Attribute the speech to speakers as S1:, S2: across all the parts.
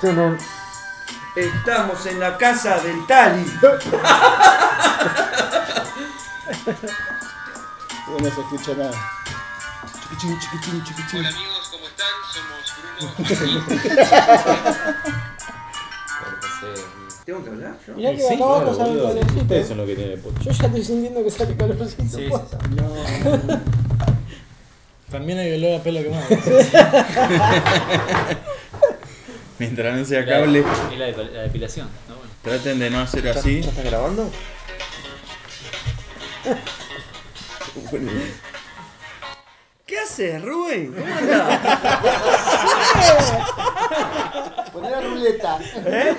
S1: Chan.
S2: Estamos en la casa del Tali.
S3: No se escucha nada. Chiquichín, chiquichín, chiquichín.
S4: Hola amigos, ¿cómo están? Somos Bruno.
S2: ¿Tengo que hablar yo?
S5: Mirá
S6: Y
S5: que
S6: sí,
S5: bacán,
S6: claro,
S5: no sale
S6: boludo,
S5: calorcito.
S3: eh.
S6: Ustedes son los que tienen pucho.
S5: Yo ya estoy sintiendo que sale calorcito.
S6: Sí, sí,
S3: pues.
S5: posta.
S6: También hay olor a pelo quemado.
S7: Mientras no sea cable,
S8: Es la, de- la depilación. ¿no? Bueno.
S7: traten de no hacer
S3: ¿Ya,
S7: así.
S3: ¿Ya estás grabando?
S2: ¿Qué haces, Rubén?
S3: Poné la ruleta.
S2: ¿Eh?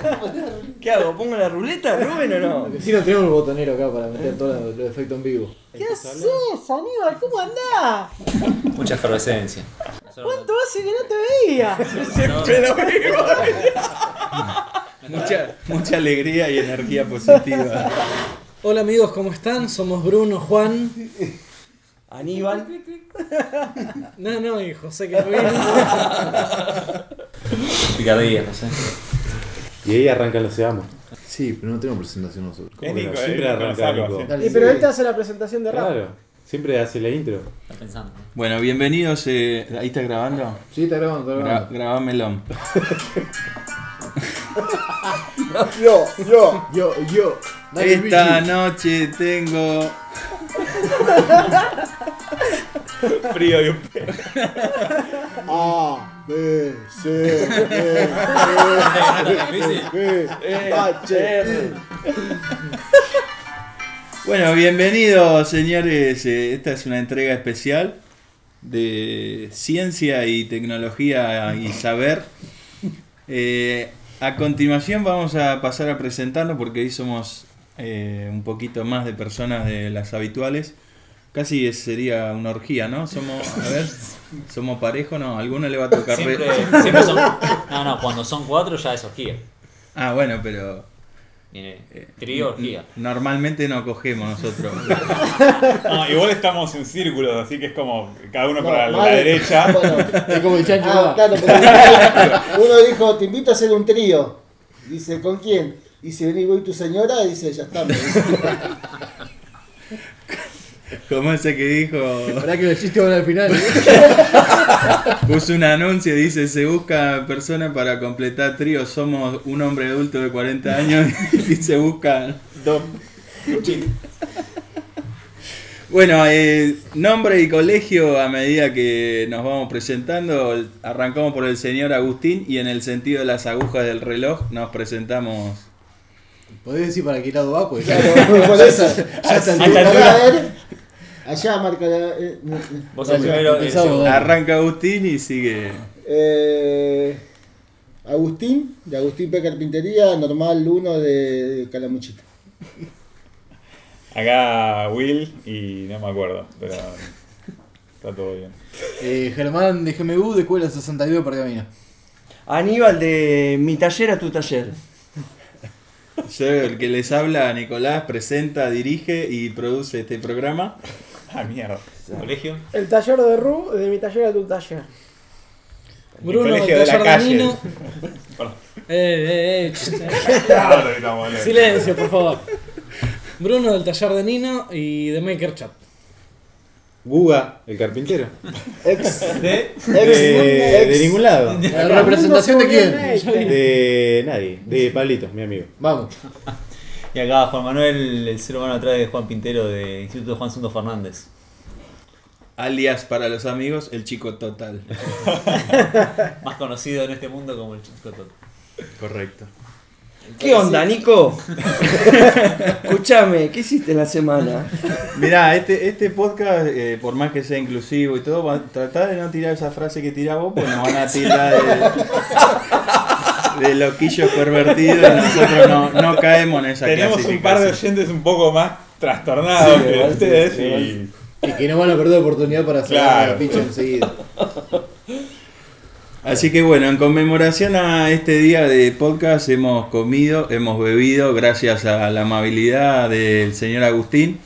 S2: ¿Qué hago? ¿Pongo la ruleta, Rubén, o no?
S5: Si no tenemos el botonero acá para meter todos los efectos en vivo.
S6: ¿Qué
S5: haces, Aníbal? ¿Cómo andás?
S8: Mucha efervescencia. Nosotros
S5: hace que no te veía?
S7: Mucha, mucha alegría y energía positiva.
S5: Hola amigos, ¿cómo están? Somos Bruno, Juan.
S2: Aníbal.
S5: No, no, y José que fue.
S8: Picardía, no sé.
S6: Y ahí arrancan los seamos.
S9: Sí, pero no tenemos presentación nosotros.
S6: ¿Cómo
S7: Nico,
S6: no?
S7: eh,
S6: Siempre
S7: Nico
S6: arranca
S7: Gonzalo,
S6: Nico.
S7: sí.
S3: Dale,
S5: Y pero
S3: sí.
S5: él te hace la presentación de rap.
S6: Claro. Siempre hace la intro.
S8: Está pensando.
S7: Bueno, bienvenidos. eh, ¿Ahí está grabando?
S9: Sí, está grabando, está
S7: Gra
S9: grabando.
S7: grabámelo.
S3: Yo, yo.
S9: Yo, yo. Dale,
S7: Esta
S9: Luigi.
S7: noche tengo.
S6: Frío y un pelo.
S3: A, B, C, D, E, F, H, I.
S7: Bueno, bienvenidos, señores. eh, Esta es una entrega especial de ciencia y tecnología y saber. Eh, a continuación vamos a pasar a presentarnos porque hoy somos eh, un poquito más de personas de las habituales. Casi es- sería una orgía, ¿no? Somos, a ver, somos parejo, no, a alguno le va a tocar. re-
S8: Siempre, siempre son. No, no, cuando son cuatro ya es orgía.
S7: Ah, bueno, pero
S10: Eh,
S8: Viene trío, orgía.
S7: normalmente no cogemos nosotros.
S10: No, igual estamos en círculos, así que es como cada uno
S3: No,
S10: para la
S3: madre.
S10: derecha.
S3: Bueno,
S9: Es como el chancho.
S3: ah,
S9: va.
S3: claro, porque uno dijo, te invito a hacer un trío. Dice, ¿con quién? Dice, vení, voy tu señora. Dice, ya está. me dice.
S7: Como ese que dijo.
S9: Pará que los chistes van al final. ¿eh?
S7: Puso un anuncio, dice, se busca persona para completar trío, somos un hombre adulto de 40 años y se busca...
S3: Dom.
S7: Bueno, eh, nombre y colegio a medida que nos vamos presentando, arrancamos por el señor Agustín y en el sentido de las agujas del reloj nos presentamos...
S9: ¿Podés decir para qué lado va? Pues ya,
S3: Claro, por eso.
S9: ya está el
S3: Mirá,
S9: tiempo.
S3: a ver. Allá marca la. eh, no, no.
S8: Vos sos el
S9: Dale,
S10: eh,
S8: primero. el
S9: empezá
S8: segundo.
S9: vos, dale.
S7: Arranca Agustín y sigue...
S3: Eh, Agustín, de Agustín P. Carpintería, normal 1 de Calamuchita.
S10: Acá Will y no me acuerdo, pero está todo bien.
S9: Eh, Germán de GMU de Escuela 62 para camino.
S2: Aníbal de mi taller a tu taller.
S7: Yo, el que les habla, Nicolás, presenta, dirige y produce este programa.
S10: Ah, mierda.
S8: Colegio.
S5: El taller de Ru, de mi taller a tu taller. Bruno, el
S10: colegio de la
S5: taller de
S10: calle.
S5: Nino.
S10: Perdón.
S5: Eh, eh, eh. ch-
S10: Ahora lo gritamos, boludo.
S5: Silencio, por favor. Bruno del taller de Nino y de Maker Chat.
S6: Guga, el carpintero.
S3: Ex.
S6: De,
S3: Ex-
S6: de ningún lado.
S9: ¿La
S6: ¿Este
S9: representación de quién?
S1: este.
S6: De nadie. De Pablito, mi amigo.
S9: Vamos.
S8: Y acá Juan Manuel, el ser humano atrás de Juan Pintero de Instituto Juan Sundo Fernández.
S7: Alias para los amigos, el chico total.
S8: Más conocido en este mundo como el Chico Toto.
S7: Correcto.
S2: ¿Qué onda, Nico? Escúchame, ¿qué hiciste en la semana?
S7: Mirá, este, este podcast, eh, por más que sea inclusivo y todo, va- tratá de no tirar esa frase que tirás vos, pues nos van a tirar de, de loquillos pervertidos. Nosotros no, no caemos en esa
S10: Tenemos un par de
S7: clasificación.
S10: oyentes un poco más trastornados que
S3: igual,
S10: ustedes
S3: sí,
S10: y.
S9: Y que no van a perder oportunidad para hacer
S10: Claro.
S9: la ficha enseguida.
S7: Así que bueno, en conmemoración a este día de podcast, hemos comido, hemos bebido, gracias a la amabilidad del señor Agustín.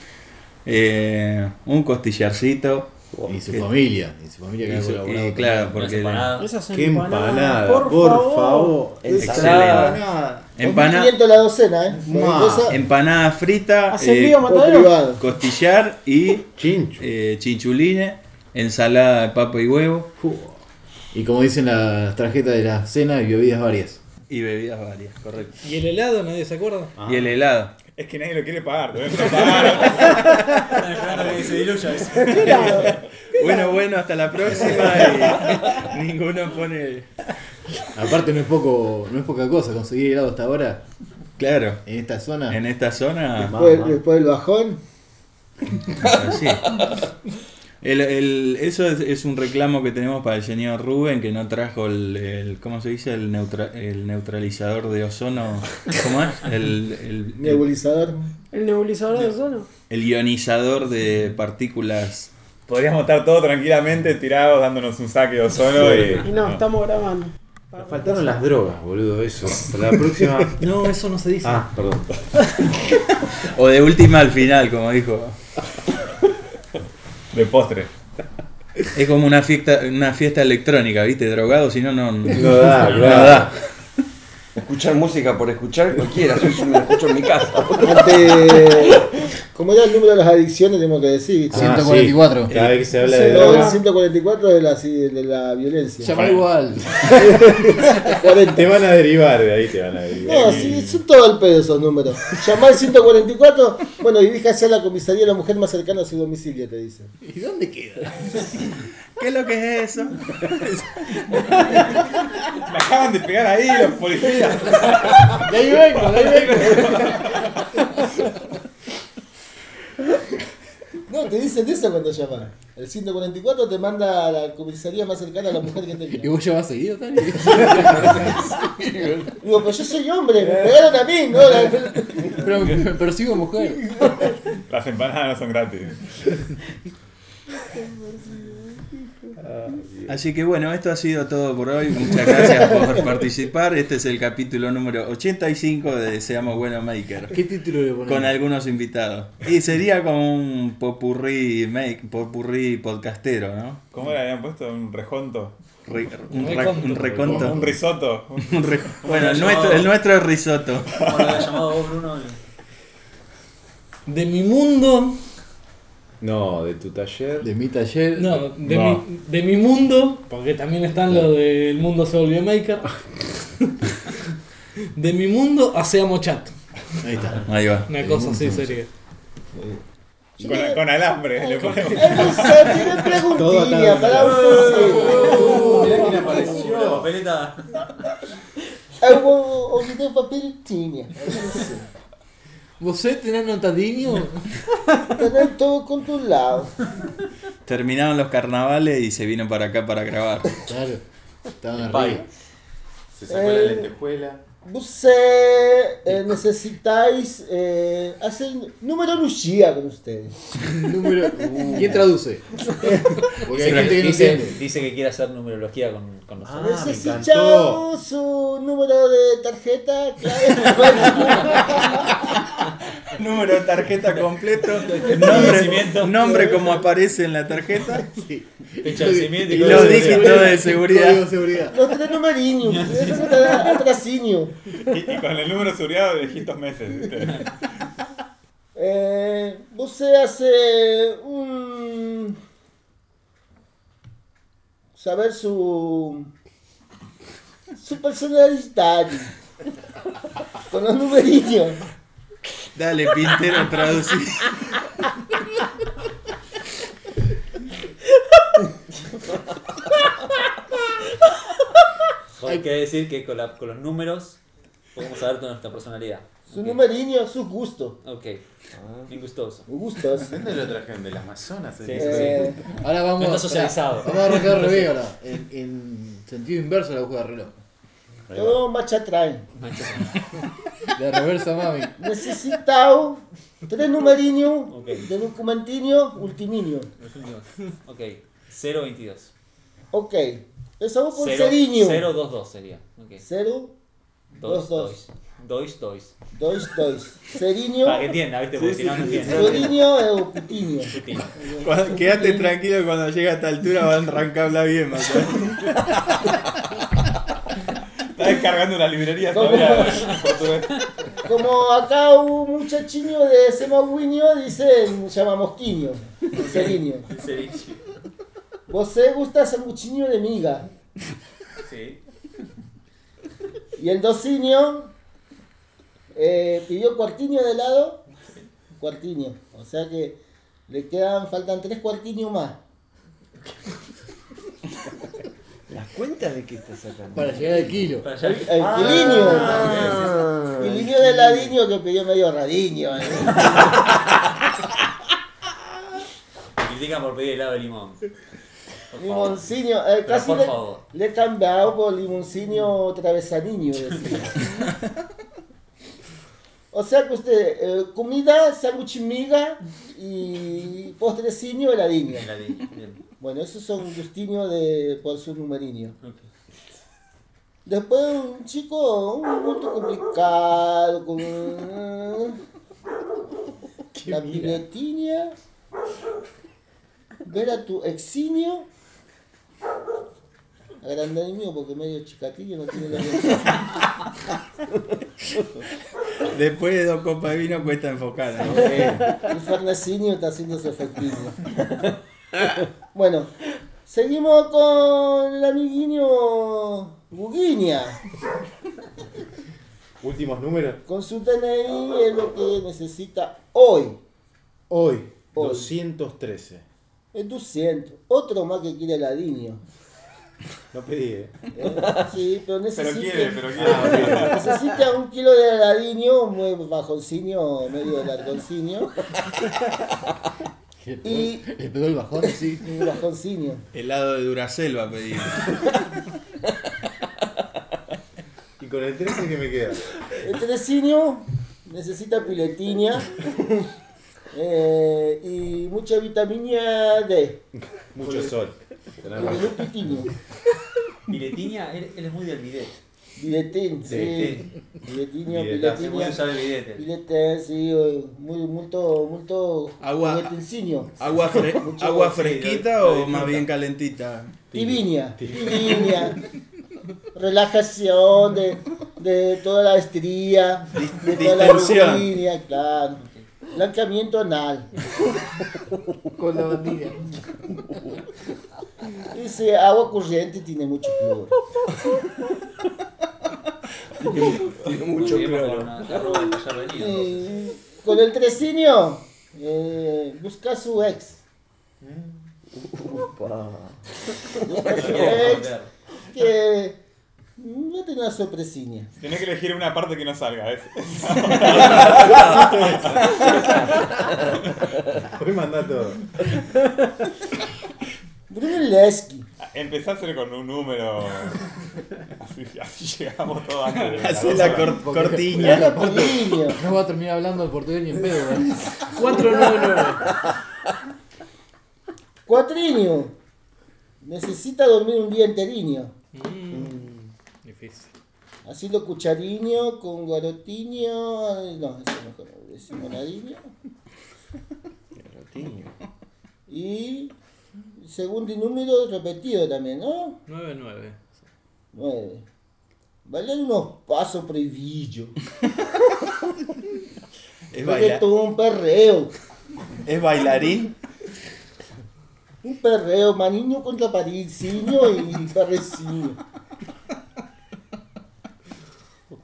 S7: eh, un costillarcito,
S9: Oh, Y su familia. Y su familia que
S7: Y
S9: ha
S7: su- y
S9: colaborado. con-
S7: claro,
S8: Unas
S7: porque
S8: empanadas.
S2: Esas
S6: Qué empanada, por, favor. Empanada.
S7: empana-
S3: 500 la docena, ¿eh?
S6: Mua.
S3: Cualquier cosa,
S7: empanada frita,
S2: ¿Hacen
S7: eh,
S2: vivo,
S3: por
S2: matadero?
S3: privado.
S7: costillar y
S6: Chincho.
S7: eh, chinchulines, ensalada de papa y huevo
S9: Y como dicen las tarjetas de la cena, y bebidas varias.
S7: y bebidas varias, correcto.
S5: ¿Y el helado? ¿Nadie se acuerda?
S9: Ah.
S7: Y el helado.
S10: Es que nadie lo quiere pagar. todavía no lo pagaron.
S8: Están esperando que se diluya eso.
S7: Bueno, bueno, hasta la próxima. y ninguno pone.
S9: Aparte no es poco, no es poca cosa conseguir helado hasta ahora
S7: Claro,
S9: en esta zona.
S7: en esta zona.
S3: después, después del bajón,
S7: Así. El- el- eso es, es un reclamo que tenemos para el señor Rubén, que no trajo el, el- ¿cómo se dice? El, neutra- el neutralizador de ozono. ¿Cómo es? El, el- el-
S3: nebulizador.
S2: ¿El nebulizador de ozono?
S7: el ionizador de partículas.
S10: Podríamos estar todos tranquilamente tirados dándonos un saque de ozono y.
S2: Y no, estamos grabando.
S6: Me faltaron las drogas, boludo, eso. Para la próxima.
S5: No, eso no se dice.
S6: Ah, perdón.
S7: O de última al final, como dijo.
S10: de postre.
S7: Es como una fiesta, una fiesta electrónica, ¿viste? Drogado, si no, no.
S6: No da,
S7: no
S6: no
S7: da.
S6: da.
S2: Escuchar música por escuchar cualquiera, yo, yo me la escucho en mi casa.
S3: Ante, como era el número de las adicciones, tenemos que decir.
S6: Ah,
S9: 144.
S6: sí. Cada vez que se habla
S2: Sí,
S6: de
S2: no,
S3: No, el
S6: drogas.
S3: 144 de la, de la violencia.
S9: Llamar igual.
S3: 40.
S6: Te van a derivar de ahí, te van a derivar. Eh,
S3: No, sí, son todo el pedo esos números. Llamar al 144, bueno, y diríjase a la comisaría de la mujer más cercana a su domicilio, te dicen.
S9: ¿Y dónde queda?
S7: ¿Qué es lo que es eso?
S10: Me acaban de pegar ahí los policías.
S9: De ahí vengo, de ahí vengo.
S3: No, te dicen eso cuando llamas. El 144 te manda a la comisaría más cercana a la mujer que
S9: ¿Y
S3: tenía.
S9: vos llevas seguido, Tani?
S3: Digo, pues yo soy hombre, me pegaron a mí, ¿no? La-
S9: Pero me me persigo mujer.
S10: Las empanadas no son gratis.
S7: Así que bueno, esto ha sido todo por hoy. Muchas gracias por participar. Este es el capítulo número 85 de Seamos Buenos Maker.
S9: ¿Qué título le ponemos?
S7: Con algunos invitados. Y sería como un popurrí, make, popurrí podcastero, ¿no?
S10: ¿Cómo le habían puesto? ¿Un rejonto?
S7: Re- un, ra- un reconto.
S10: ¿Un risotto? Un-
S7: Un re- bueno, el nuestro, el nuestro es risotto.
S8: Como lo había llamado vos, Bruno.
S5: De mi mundo.
S6: No, de tu taller.
S9: De mi taller.
S5: No, de,
S10: No.
S5: Mi, de mi mundo. Porque también están los del mundo se volvió maker. De mi mundo a Seamo Chat.
S9: Ahí está.
S7: Ahí va.
S5: Una cosa así sería.
S10: Con, con alambre. Le ponemos.
S3: Hermosa, tiene preguntilla para usted.
S8: Mirá quién apareció. La papeleta.
S3: Hago un video papel tiña.
S9: ¿Vos tenés notadinho?
S3: Tener todo controlado.
S7: Terminaron los carnavales y se vino para acá para grabar.
S9: Claro. Estaban arriba.
S6: Se
S3: sacó la
S6: lentejuela.
S3: Vos sé, eh, necesitáis eh, hacer numerología con ustedes.
S9: Número. ¿Quién traduce? Porque hay gente que no
S8: Dice,
S9: entiende.
S8: dice que quiere hacer numerología con, con
S3: Ah.
S10: Ah,
S8: nosotros.
S3: Necesitamos su número de tarjeta, clave.
S7: Número de tarjeta completo.
S8: vencimiento.
S7: Nombre, nombre como aparece en la tarjeta.
S8: Fecha de nacimiento y
S7: Y
S8: código
S7: los
S8: de seguridad.
S7: dígitos de seguridad.
S9: Código de seguridad.
S3: los tres numeriños, eso no te da atrasinio.
S10: Y, y con el número de seguridad de distintos meses. ¿viste?
S3: Eh, vos se hace un saber su su personalidad con los numeriños.
S7: Dale, Pintero, traducir.
S8: Hay que decir que con, la- con los números podemos saber toda nuestra personalidad.
S3: Su numeriño, sus gustos.
S8: Ok. Bien gustoso.
S3: Gustos.
S6: ¿Dónde lo trajeron? ¿Del Amazonas?
S8: Sí, sí, sí.
S3: Eh,
S9: Ahora vamos.
S8: No está socializado.
S9: Vamos a arrancar al revés ahora. En, en sentido inverso a la hoja de reloj.
S3: todo macha trae.
S9: La reversa, mami.
S3: Necesitado tres numeriños
S8: Ok.
S3: de documentinho, ultimiño.
S8: Ok. 022.
S3: Ok. Empezamos con
S8: Cero-
S3: seriño.
S8: 022 sería. Ok.
S3: Cero,
S8: Dois,
S3: Dos, dos.
S8: dois. Dois, dois.
S3: Dois, dois. Seriño.
S8: Para que entienda, ¿viste? Porque si no, no entiende.
S3: Seriño es un putiño.
S8: Putinho.
S7: Cuando- Quédate tranquilo cuando llegue a esta altura van a arrancarla bien, más o menos.
S10: Está descargando una librería
S3: No,
S10: todavía.
S3: Como acá un muchachiño de Semagüiño dice, llama Mosquiño. Seriño.
S8: Seriño.
S3: Vos eh, se gusta sanguchiño de miga.
S8: Sí.
S3: Y el docinio eh, pidió cuartiño de helado. Cuartiño. O sea que le quedan, faltan tres cuartiños más.
S2: ¿Las cuentas de qué estás sacando? Ah.
S9: Para llegar al kilo.
S8: Para allá.
S3: El quiliño. Quiliño de heladiño que pidió medio radiño. eh.
S8: Critican por pedir helado de limón. Por favor.
S3: Limoncinio, eh, casi
S8: por
S3: le,
S8: favor.
S3: le he cambiado por limoncinio travesaniño. decía. o sea que usted, eh, comida, sándwich miga y postrecinio heladiño.
S8: Heladillo, bien.
S3: Bueno, esos son gustiños de, por su numeriño.
S8: Ok.
S3: Después un chico, un gusto complicado, con la pinetinha, ver a tu exinio, agrandar el mío porque medio chicatillo no tiene la
S7: Después de dos copas de vino cuesta enfocar, ¿no? Eh,
S3: El farnacinio está haciéndose efectivo. Bueno, seguimos con el amiguinho Guguinha.
S6: Últimos números.
S3: Con su DNI es lo que necesita hoy.
S6: Hoy,
S3: Hoy.
S6: 213.
S3: Es 200. Otro más que quiere Ladinio.
S6: No pedí, eh.
S3: ¿eh? Sí, pero necesita.
S10: Pero quiere,
S8: Ah,
S10: pero quiere.
S3: Necesita un kilo de Ladinio, muy bajoncinio, medio largoncinio. Y
S9: Le pegó el bajón, sí.
S3: un bajoncinio.
S7: Helado de Duracel va a pedir.
S6: ¿Y con el 13 que me queda?
S3: El tresinio necesita piletinia. eh, y mucha vitamina D.
S6: Mucho sol. Tenés
S3: Y
S6: razón.
S3: un pitinho.
S8: Piletiña, él, él es muy del bidet.
S3: Biletín, sí.
S8: Biletín.
S3: Biletinio,
S6: Biletazo.
S8: Se puede
S3: piletinia.
S8: usar el bidet. él.
S3: Pilete, sí, eh, muy, multo, multo.
S7: Agua-
S3: Pileticinio.
S7: ¿Agua, fre-
S8: Mucho
S7: agua
S8: sí,
S7: fresquita
S8: lo- lo
S7: o más
S8: disfruta.
S7: bien calentita?
S3: Divinia, divinia. Relajación de, de toda la estría, de toda la
S7: distensión.
S3: rutina, claro. Blanqueamiento anal.
S9: Con la bandilla.
S3: Dice agua corriente tiene mucho cloro.
S2: Tiene mucho
S8: Muy bien, por favor,
S2: cloro.
S8: no, te roba el collar de niño, entonces.
S3: Eh, con el tresinio, eh, busca a su ex. Busca a su
S8: Lo quiere
S3: ex
S8: esconder.
S3: que va a tener una sorpresiña.
S10: Tenés que elegir una parte que no salga, ¿ves?
S6: Hoy mandá todo.
S3: Bruno Lesky.
S10: Empezáselo con un número. Así, así llegamos todos antes. de
S7: Hacé
S10: dos
S7: la
S10: horas.
S7: cor- cortiña.
S3: Bruno Poliño.
S9: No va a terminar hablando al portugués ni en pedo, ¿verdad?
S5: 499.
S3: Cuatriño. Necesita dormir un día enteriño.
S5: Difícil.
S3: Haciendo cuchariño con garotiño. ay, No, eso mejor no decimos nadiño. Y segundo y número repetido también, ¿no?
S5: 99.
S3: Nueve. Bailar unos pasos prohibidos. Porque
S7: ¿Es, baila-
S3: tuvo un perreo.
S7: ¿Es bailarín?
S3: Un perreo, maniño contra parisinho y parrecinho.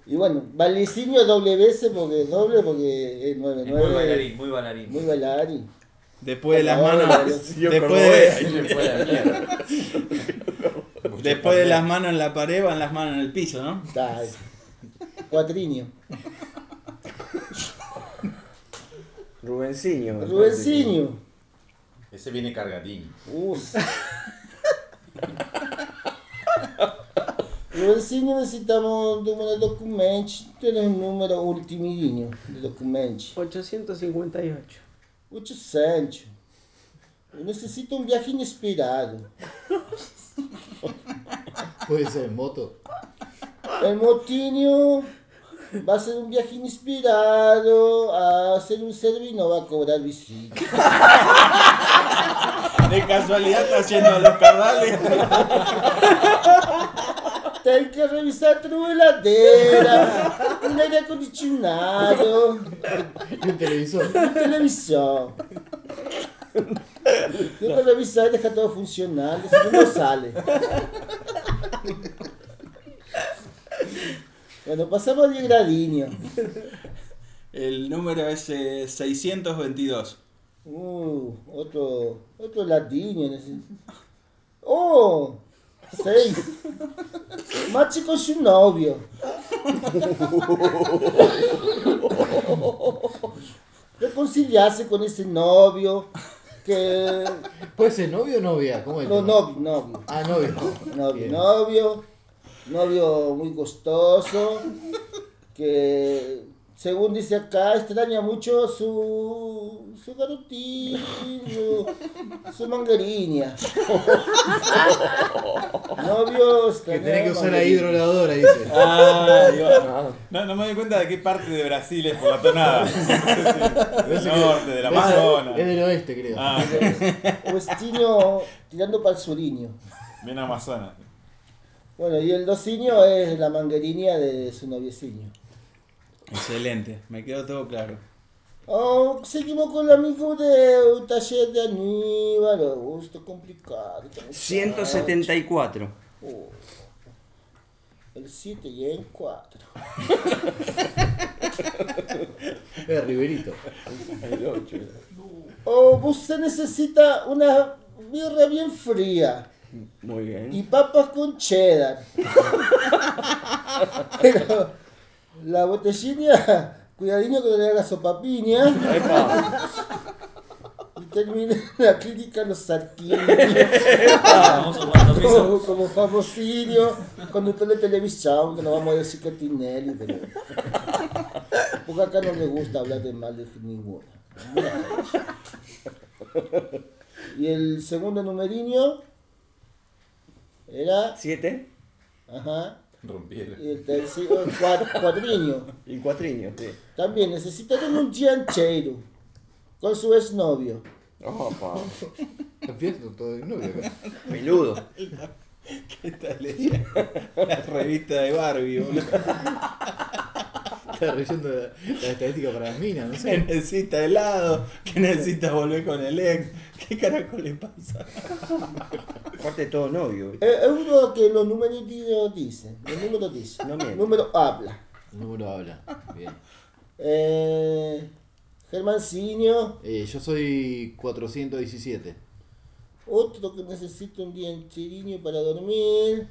S3: Y bueno, valecinio doble veces porque doble porque es
S8: Es
S3: 99.
S8: muy bailarín, muy bailarín.
S3: Muy bailarín.
S7: Después de las
S3: Bailarín,
S7: manos.
S3: bailarín.
S7: Después de,
S8: Después
S7: después de las manos en la pared van las manos en el piso, ¿no?
S3: Dale. Cuatriño.
S2: Rubencinho.
S3: Rubencinho.
S10: Ese viene cargadín.
S3: Uf. Rubencinho necesitamos de un documento. Tenemos un número ultimidinho de documento.
S1: 858.
S3: Muito Sancho. Eu necessito um viagem inspirado.
S9: Puede ser en moto.
S3: El motiño va a É ser un viaje inspirado a um hacer un servicio y no va a cobrar visita.
S7: De casualidad está yendo a los cardales.
S3: Tengo que revisar tu heladera, un aire acondicionado,
S9: Y un televisor.
S3: un televisor. Tengo que revisar y dejar todo funcional, si no, no sale. Bueno, pasamos a Diego Gradiño.
S7: El número es eh, 622.
S3: Uh, otro, otro ladino. en ese- Oh, né, assim. seis. Más chico es un novio. Reconciliarse con ese novio que...
S9: ¿Puede ser novio o novia? ¿Cómo es?
S3: No, novio, novio.
S9: Ah, novio.
S3: Novio,
S9: Bien.
S3: novio. Novio muy costoso. Que según dice acá, extraña mucho su. su garotín, su, su mangueriña. novio
S9: Que
S3: extraña.
S9: tenés que usar la
S3: mangueriña.
S9: hidroladora, dice.
S10: Ah, Dios. No, no me doy cuenta de qué parte de Brasil es por la tonada. Del norte, del
S9: Es
S10: Amazonas.
S9: del oeste, creo.
S10: Ah,
S3: Cuestiño tirando para el suriño.
S10: bien Amazonas.
S3: Bueno, y el dosiño es la mangueriña de su novieciño.
S7: Excelente, me quedó todo claro.
S3: Oh, seguimos con el amigo de un taller de Aníbal, oh, gusto complicado. complicado.
S2: 174.
S3: Oh. El 7 y el 4.
S9: Es Riverito.
S3: O usted Oh, necesita una birra bien fría
S2: Muy bien.
S3: y papas con cheddar. Pero la botellina, cuidadinho que le haga sopapiña. Y termina en la clínica Los Arquillos. como, como famosillo, conductor de televisión, que no vamos a decir que Tinelli, pero. Porque acá no le gusta hablar de mal de ninguna. Y el segundo numeriño era.
S2: 7.
S3: Ajá.
S10: Rompieron.
S3: Y el tercero, el cua- cuadriño.
S2: Y cuatriño, sí.
S3: También necesita tener un chancheiro con su exnovio.
S2: Opa,
S9: Empiezo todo de novio acá.
S2: peludo.
S7: Esta leía la revista de Barbie, boludo.
S9: Está leyendo la, la estadística para las minas, no
S7: Que
S9: sé.
S7: necesita helado, que necesita volver con el ex. ¿Qué carajo le pasa?
S2: Aparte de todo novio.
S3: Eh, Es es uno que los numeritos dicen. Los números dicen.
S2: No miento.
S3: número habla.
S9: El número habla. Bien.
S3: Eh, Germancinho,
S9: Eh, yo soy 417.
S3: otro que necesita un diancheriño para dormir.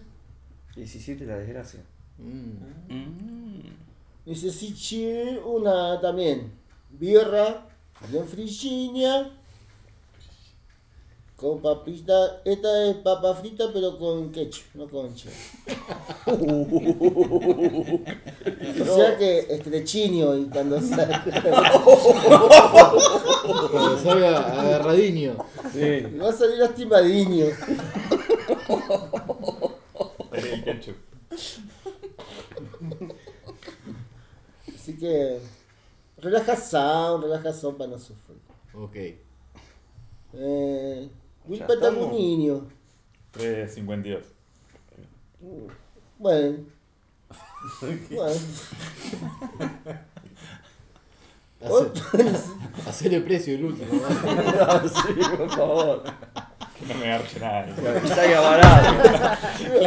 S2: 17 la desgracia.
S9: Mm.
S3: Necesita una también. Birra, bien frigiña. Con papita. Esta es papa frita, pero con ketchup, no con che. o sea que estrechiño y cuando sale.
S9: Cuando salga agarradiño.
S2: Sí.
S3: Va a salir lastimadinho.
S10: El ketchup.
S3: Así que. Relajación, relajación para no sufrir.
S9: Ok.
S3: Eh, Will
S2: Ya
S3: un
S2: estamos.
S3: niño.
S10: 352.
S3: Bueno. bueno.
S9: Hace- Hacele precio el último. ¿no?
S2: No, Ah, sí, por favor.
S10: Que no me garche nada.
S2: Que salga barato.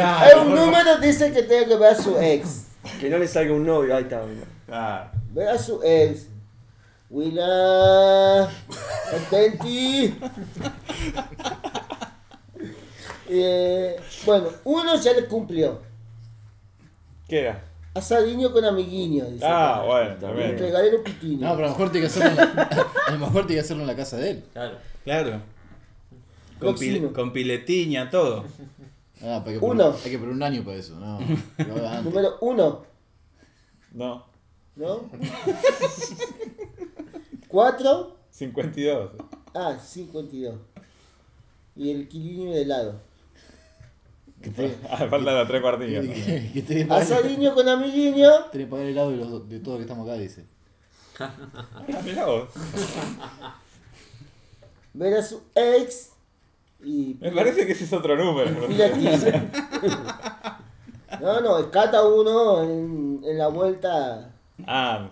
S3: Hay un número dice que tiene que ver a su ex.
S2: Que no le salga un novio. Ahí está. mira.
S10: Ah,
S3: Ver a su ex. Willa. Atenti. Eh, bueno, uno ya le cumplió.
S10: ¿Qué era?
S3: Asadiño con amiguinho. Dice.
S10: Ah, bueno, también.
S3: Entregaré un pitiño.
S9: No, pero a lo mejor tiene que hacerlo en la, a lo mejor tiene que hacerlo en la casa de él.
S8: Claro.
S7: Claro. Con, pile-
S3: Próximo.
S7: con piletiña, todo.
S9: Ah, para que por-
S3: Uno.
S9: Hay que poner un año para eso, no. lo haga antes.
S3: Número uno,
S10: No,
S3: ¿no? Cuatro.
S10: 52.
S3: Ah, 52. Y el quiliño de helado.
S9: Que te-
S10: Ah, faltan los tres
S9: que-
S10: cuartillos.
S9: que- que tenés que pagar-
S3: Asadiño con amiguiño.
S9: tenés que pagar el lado de, los, de todos los que estamos acá, dice.
S10: Ah, mirá vos.
S3: Ver a su ex. Y
S10: Me parece que ese es otro número.
S3: Mira aquí. No, no, escata uno en, en la vuelta.
S10: Ah,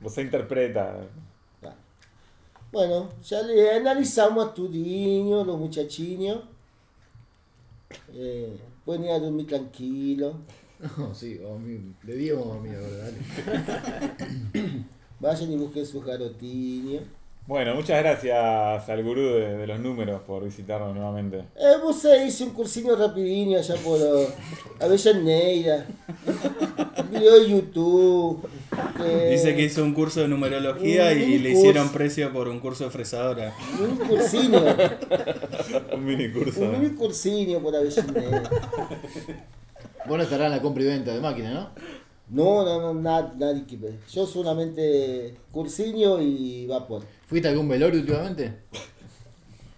S10: vos se interpreta.
S3: Bueno, ya le analizamos a Tudiño, los muchachiños. Eh, pueden ir a dormir tranquilo.
S9: No, sí, vamos a mí. Le digo vamos a mí, ahora, dale.
S3: Vayan y busquen sus garotiños.
S10: Bueno, muchas gracias al gurú de, de los números por visitarnos nuevamente.
S3: Eh, vos se hizo un cursillo rapidinho allá por eh, Avellaneda. Un video de YouTube. eh,
S7: Dice que hizo un curso de numerología
S3: un
S7: y le
S3: curso.
S7: hicieron precio por un curso de fresadora.
S3: Eh, Un cursillo.
S10: Un mini curso.
S3: Un mini cursillo por Avellaneda.
S9: Vos no estarás en la compra y venta de máquina, ¿no?
S3: No, no, no, nada, nadie que ve. Yo solamente cursiño y vapor.
S9: ¿Fuiste a algún velorio últimamente?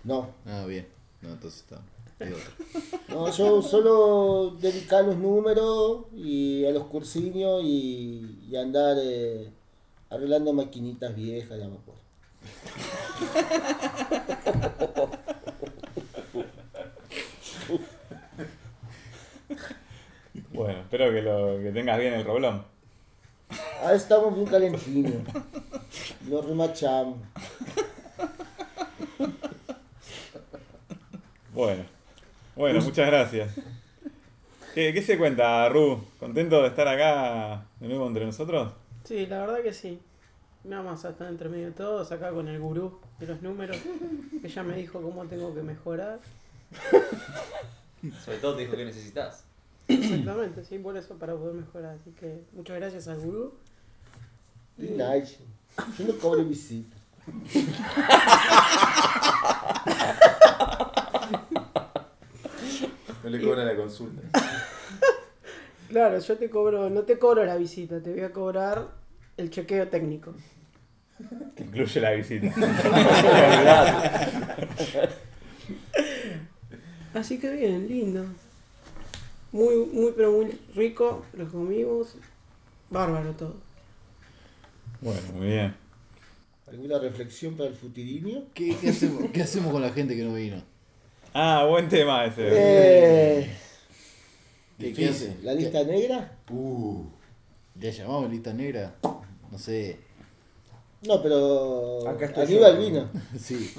S3: No,
S9: Ah, bien. No, entonces está. es otro.
S3: no, yo solo dedicar los números y a los cursiños y, y andar eh, arreglando maquinitas viejas de vapor.
S10: Bueno, espero que, lo, que tengas bien el roblón.
S3: Ahora estamos bien calentinos. Lo remachamos.
S10: Bueno, bueno, muchas gracias. ¿Qué, qué se cuenta, Ru? ¿Contento de estar acá de nuevo entre nosotros?
S1: Sí, la verdad que sí. Nada más estar entre medio de todos, acá con el gurú de los números, que ya me dijo cómo tengo que mejorar.
S8: Sobre todo te dijo que necesitas.
S1: Exactamente, sí, por eso, para poder mejorar. Así que muchas gracias al gurú.
S3: Y nice. Yo no cobro visita.
S11: No le cobran la consulta.
S1: Claro, yo te cobro, no te cobro la visita, te voy a cobrar el chequeo técnico.
S10: Que incluye la visita.
S1: Así que bien, lindo. Muy, muy, pero muy rico, los comimos. Bárbaro todo.
S10: Bueno, muy bien.
S3: ¿Alguna reflexión para el futirinio?
S9: ¿Qué, qué hacemos, ¿Qué hacemos con la gente que no vino?
S10: Ah, buen tema ese.
S3: Eh,
S9: ¿Qué, qué
S3: difícil.
S9: hace?
S3: ¿La lista negra?
S9: Uh. ¿Le llamamos lista negra? No sé.
S3: No, pero.
S2: Acá estoy
S3: Arriba
S2: yo.
S3: el vino.
S9: Sí.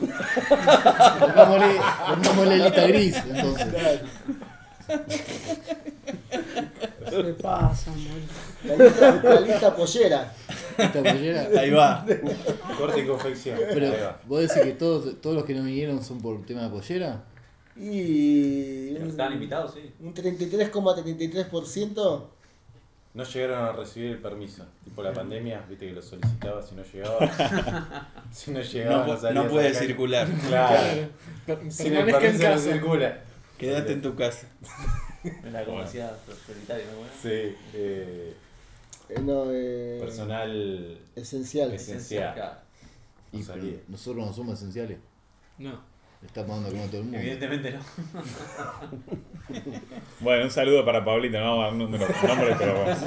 S9: pongámosle, pongámosle lista gris, entonces.
S1: Se pasa, boludo.
S3: La lista, la lista pollera.
S9: Lista pollera.
S7: Ahí va.
S11: Corte y confección. Ahí
S9: Pero,
S11: va.
S9: ¿vos decís que todos, todos los que no vinieron son por tema de pollera?
S3: Y
S8: Pero
S3: un,
S8: Estaban invitados, sí.
S3: un 33,33%
S11: No llegaron a recibir el permiso. Tipo la pandemia, viste que lo solicitabas y no llegaba. si no llegaba,
S7: No, pu-
S11: salías
S7: no puede
S11: a la calle.
S7: circular.
S11: Claro. Sin el
S5: Permanezca en
S11: permiso no
S5: casa.
S11: circula.
S7: Quédate en tu casa.
S8: En la comunidad prioritaria, ¿no? Bueno.
S11: Sí, eh,
S3: eh, no, eh,
S11: personal
S3: esencial.
S11: esencial.
S8: Acá.
S9: Y,
S11: No
S9: pero
S11: sabía.
S9: nosotros no somos esenciales.
S5: No.
S9: Le Está pagando como todo el mundo.
S8: Evidentemente no.
S10: Bueno, un saludo para Pablito, no vamos a dar número, nombre, pero bueno.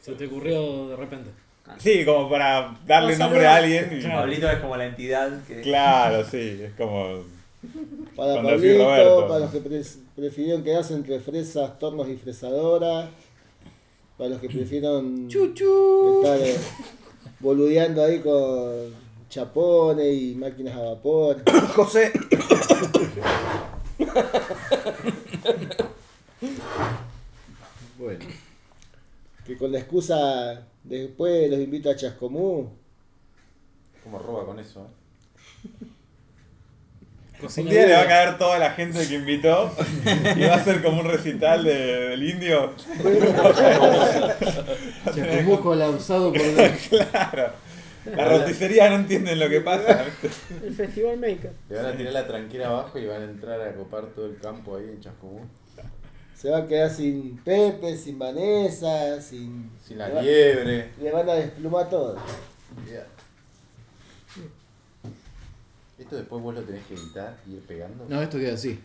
S5: Se te ocurrió de repente.
S10: Sí, como para darle
S1: Un
S10: nombre a alguien. y-
S8: Pablito es como la entidad que.
S10: Claro, sí, es como.
S3: Para
S10: Cuando fui
S3: Pablito,
S10: Roberto.
S3: para los que pres- prefirieron quedarse entre fresas, tornos y fresadoras. Para los que prefirieron estar eh, boludeando ahí con chapones y máquinas a vapor.
S2: José.
S9: Bueno,
S3: Que con la excusa después los invito a Chascomú.
S11: Como roba con eso, eh?
S10: Un
S5: Cocina
S10: día le va a
S5: bien.
S10: caer toda la gente que invitó y va a ser como un recital de- del indio.
S9: Chacomú colapsado por la...
S10: La roticería no entienden lo que pasa.
S1: El Festival Maker.
S11: Le van a tirar la tranquera abajo y van a entrar a copar todo el campo ahí en Chascomú.
S3: Se va a quedar sin Pepe, sin Vanessa, sin.
S11: Sin la liebre.
S3: Le van a desplumar todo.
S11: Mirá. Esto después vos lo tenés que editar y ir pegando.
S9: No, esto queda así.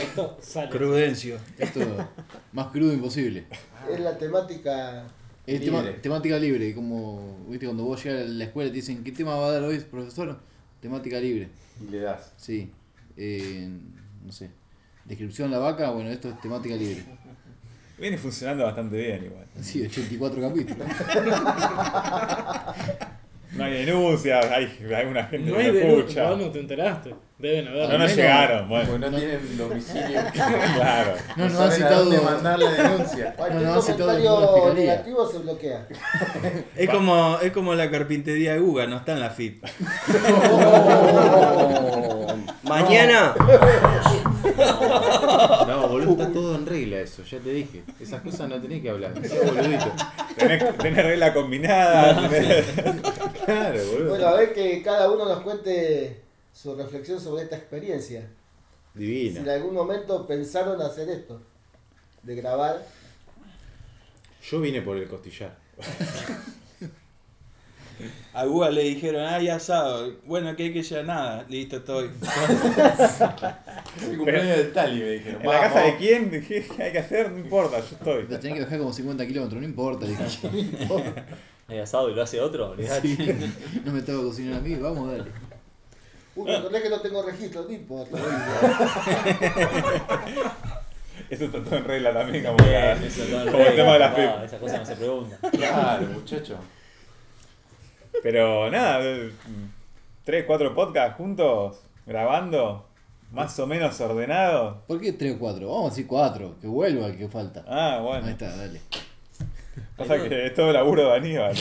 S5: Esto sale.
S7: Crudencio.
S9: Esto más crudo imposible.
S3: Es la temática.
S9: Es tema- temática libre, como viste cuando vos llegas a la escuela y te dicen qué tema va a dar hoy, profesor, temática libre.
S11: Y le das.
S9: Sí. Eh, no sé. Descripción la vaca, bueno, esto es temática libre.
S10: Viene funcionando bastante bien igual.
S9: Sí, 84 capítulos.
S10: No hay denuncias, hay alguna gente
S5: No
S10: que
S5: hay
S10: lo
S5: de
S10: escucha.
S5: vos no te enteraste. Deben haber.
S10: No nos llegaron, bueno.
S11: Porque no tienen domicilio.
S10: Claro.
S9: No, no,
S11: saben
S9: han
S11: a
S9: citado.
S11: dónde mandar la denuncia.
S9: No,
S3: Cualquier
S9: no, hace todo la
S3: comentario
S9: fiscalía.
S3: negativo se bloquea.
S7: Es como, es como la carpintería de Guga, no está en la FIT.
S9: Oh.
S2: Mañana.
S6: No, boludo, está todo en regla eso, ya te dije. Esas cosas no tenés que hablar. Ese boludito.
S10: Tenés, tenés regla combinada. tenés-
S6: Claro, boludo.
S3: Bueno, a ver que cada uno nos cuente su reflexión sobre esta experiencia. Si en
S6: Divina.
S3: algún momento pensaron hacer esto, de grabar.
S6: Yo vine por el costillar.
S7: A Guga le dijeron, ay, asado. Bueno, que hay que llevar nada. Listo, estoy.
S11: El cumpleaños del Tali me dijeron.
S10: ¿En la casa
S11: Vamos.
S10: de quién? ¿Qué hay que hacer? No importa, yo estoy.
S9: Lo tenés que bajar como 50 kilómetros, no importa. dije.
S8: Hay asado y lo hace otro, olvidate.
S9: Sí. No me tengo que cocinar a mí, vamos, dale.
S3: Uy, me acordé que no tengo registro, no importa.
S10: Eso está todo en regla también, como, la-
S8: Bien, eso no, no,
S10: como el tema de las
S8: no,
S10: pep.
S8: Esas cosas no se preguntan.
S11: Claro, muchacho.
S10: Pero nada, eh, tres, cuatro podcasts juntos, grabando, más o menos ordenado.
S9: ¿Por qué 3 o 4? Vamos a decir 4, que vuelva el que falta.
S10: Ah,
S9: Ahí
S10: bueno.
S9: está, dale.
S10: Pasa que es todo laburo de Aníbal.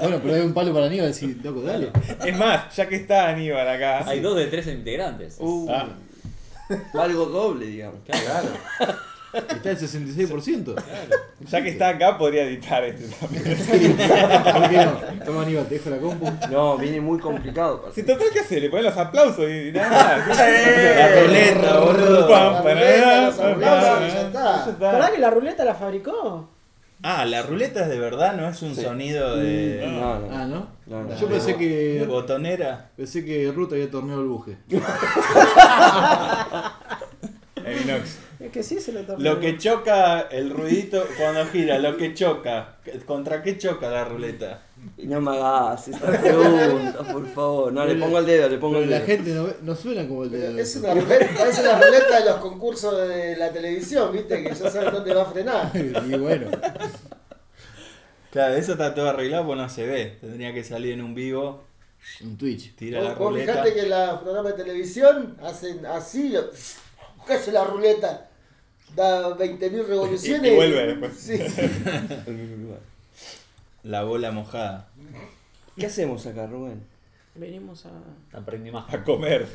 S9: Bueno, pero hay un palo para Aníbal, sí, loco, dale.
S10: Es más, ya que está Aníbal acá.
S8: Hay dos de tres integrantes.
S7: Uh.
S10: Ah,
S2: Algo doble, digamos.
S11: Claro.
S9: Está el 66%.
S10: ya que está acá, podría editar este también.
S9: ¿Por qué no? Toma Aníbal, te dejo la compu.
S2: No, viene muy complicado. parce.
S10: Si total, ¿qué hace? Le ponen los aplausos y nada más.
S2: La ruleta, boludo.
S10: Pam,
S3: La
S10: para-
S3: ruleta, los
S10: para-
S3: aplausos, ya está.
S10: Ya está.
S1: ¿Verdad que la ruleta la fabricó?
S7: Ah, la ruleta es de verdad, no es un
S2: Sí.
S7: sonido
S10: Mm.
S7: de
S2: No, no.
S9: Ah, ¿no?
S2: No, no.
S9: Yo pensé que.
S7: botonera.
S9: Pensé que Ruth había torneado el buje.
S10: El inox.
S1: Es que sí se lo tornó.
S7: Lo que choca el ruidito cuando gira, lo que choca. ¿Contra qué choca la ruleta?
S2: No me hagas estas preguntas, por favor. No, le pongo el dedo, le pongo
S9: Pero
S2: el
S9: la
S2: dedo.
S9: gente no, ve- no suena como el de.
S3: Es una ruleta, parece la ruleta de los concursos de la televisión, viste, que ya sabes dónde va a frenar.
S9: y bueno,
S7: Claro, eso está todo arreglado, pues no se ve. Tendría que salir en un vivo,
S9: un Twitch.
S7: tira la
S3: Vos- vos
S7: ruleta.
S3: fijate que los programas de televisión hacen así, lo- casi la ruleta, da 20.000 revoluciones
S10: Y- y vuelve después.
S3: Sí.
S7: La bola mojada.
S2: ¿Qué hacemos acá, Rubén?
S1: Venimos a.
S8: Aprendí más.
S10: A comer.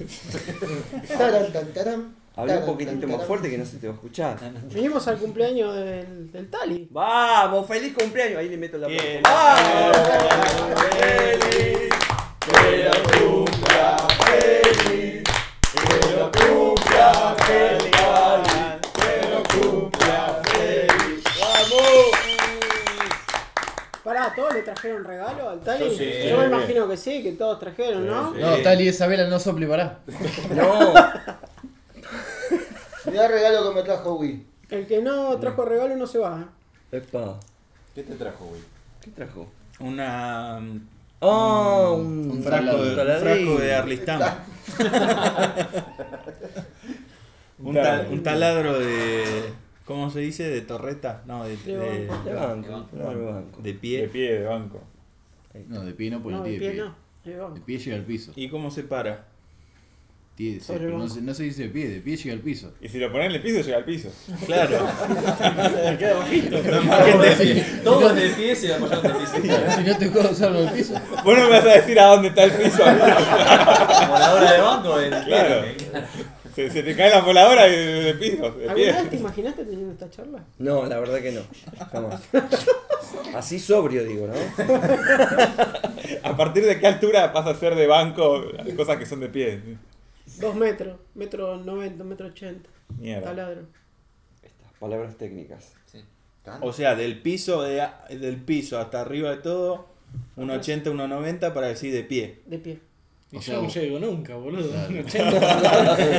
S3: Taran, tan, taran,
S2: Habla un
S3: taran,
S2: poquitito
S3: tan,
S2: más
S3: taran.
S2: fuerte que no se te va a escuchar.
S1: Venimos al cumpleaños del, del Tali.
S2: Vamos, feliz cumpleaños. Ahí le meto la mano. ¡Ah!
S7: Bien.
S1: Pará, ¿todos le trajeron regalo al Tali?
S11: Yo sí.
S1: me imagino que sí, que todos trajeron, ¿no?
S11: Sí.
S9: No, tal y esa vela no sople, pará.
S2: No.
S3: Mirá el regalo que me trajo Wii.
S1: El que no trajo regalo no se va. ¿eh?
S2: Epa.
S11: ¿Qué te trajo, güey?
S2: ¿Qué trajo?
S7: Una. mm, Un
S2: Oh, un,
S7: frasco de, un frasco de Arlistán. un, tal- un taladro de. ¿Cómo se dice? ¿De torreta? No, de,
S1: De
S7: de,
S2: De banco. de banco.
S7: de
S10: De
S7: pie.
S10: pie, de banco.
S9: No, de pie no, porque
S1: no,
S9: tiene
S1: el pie no. Ahí
S9: De
S1: vamos.
S9: pie llega al piso.
S7: ¿Y cómo se para?
S9: Tiene- se-
S1: Sobre el
S9: pero no,
S1: banco.
S9: se, no se dice de pie, de pie llega al piso.
S10: Y si lo ponen en el piso, llega al piso.
S7: Claro.
S8: Queda bajito.
S9: Todos
S8: Todos de pie se apoyaron de pie.
S9: Si no te puedo usarlo al piso.
S10: Vos no me vas a decir a dónde está el piso. amigo.
S8: Como la hora de banco. ¿eh? el-
S10: Claro. Se, se te cae la voladora y- de, de piso. De pie.
S1: ¿Alguna vez te imaginaste teniendo esta charla?
S2: No, la verdad que no. Jamás. Así sobrio, digo, ¿no?
S10: ¿A partir de qué altura pasa a ser de banco las cosas que son de pie?
S1: Dos metros, metro noventa, metro ochenta.
S10: Mierda.
S1: Taladro.
S2: Estas palabras técnicas.
S7: O sea, del piso, de, del piso hasta arriba de todo, un 80, un 90 para decir de pie.
S1: De pie.
S5: Y
S9: O
S5: yo
S9: sea,
S5: no
S9: vos-
S5: llego nunca, boludo. 80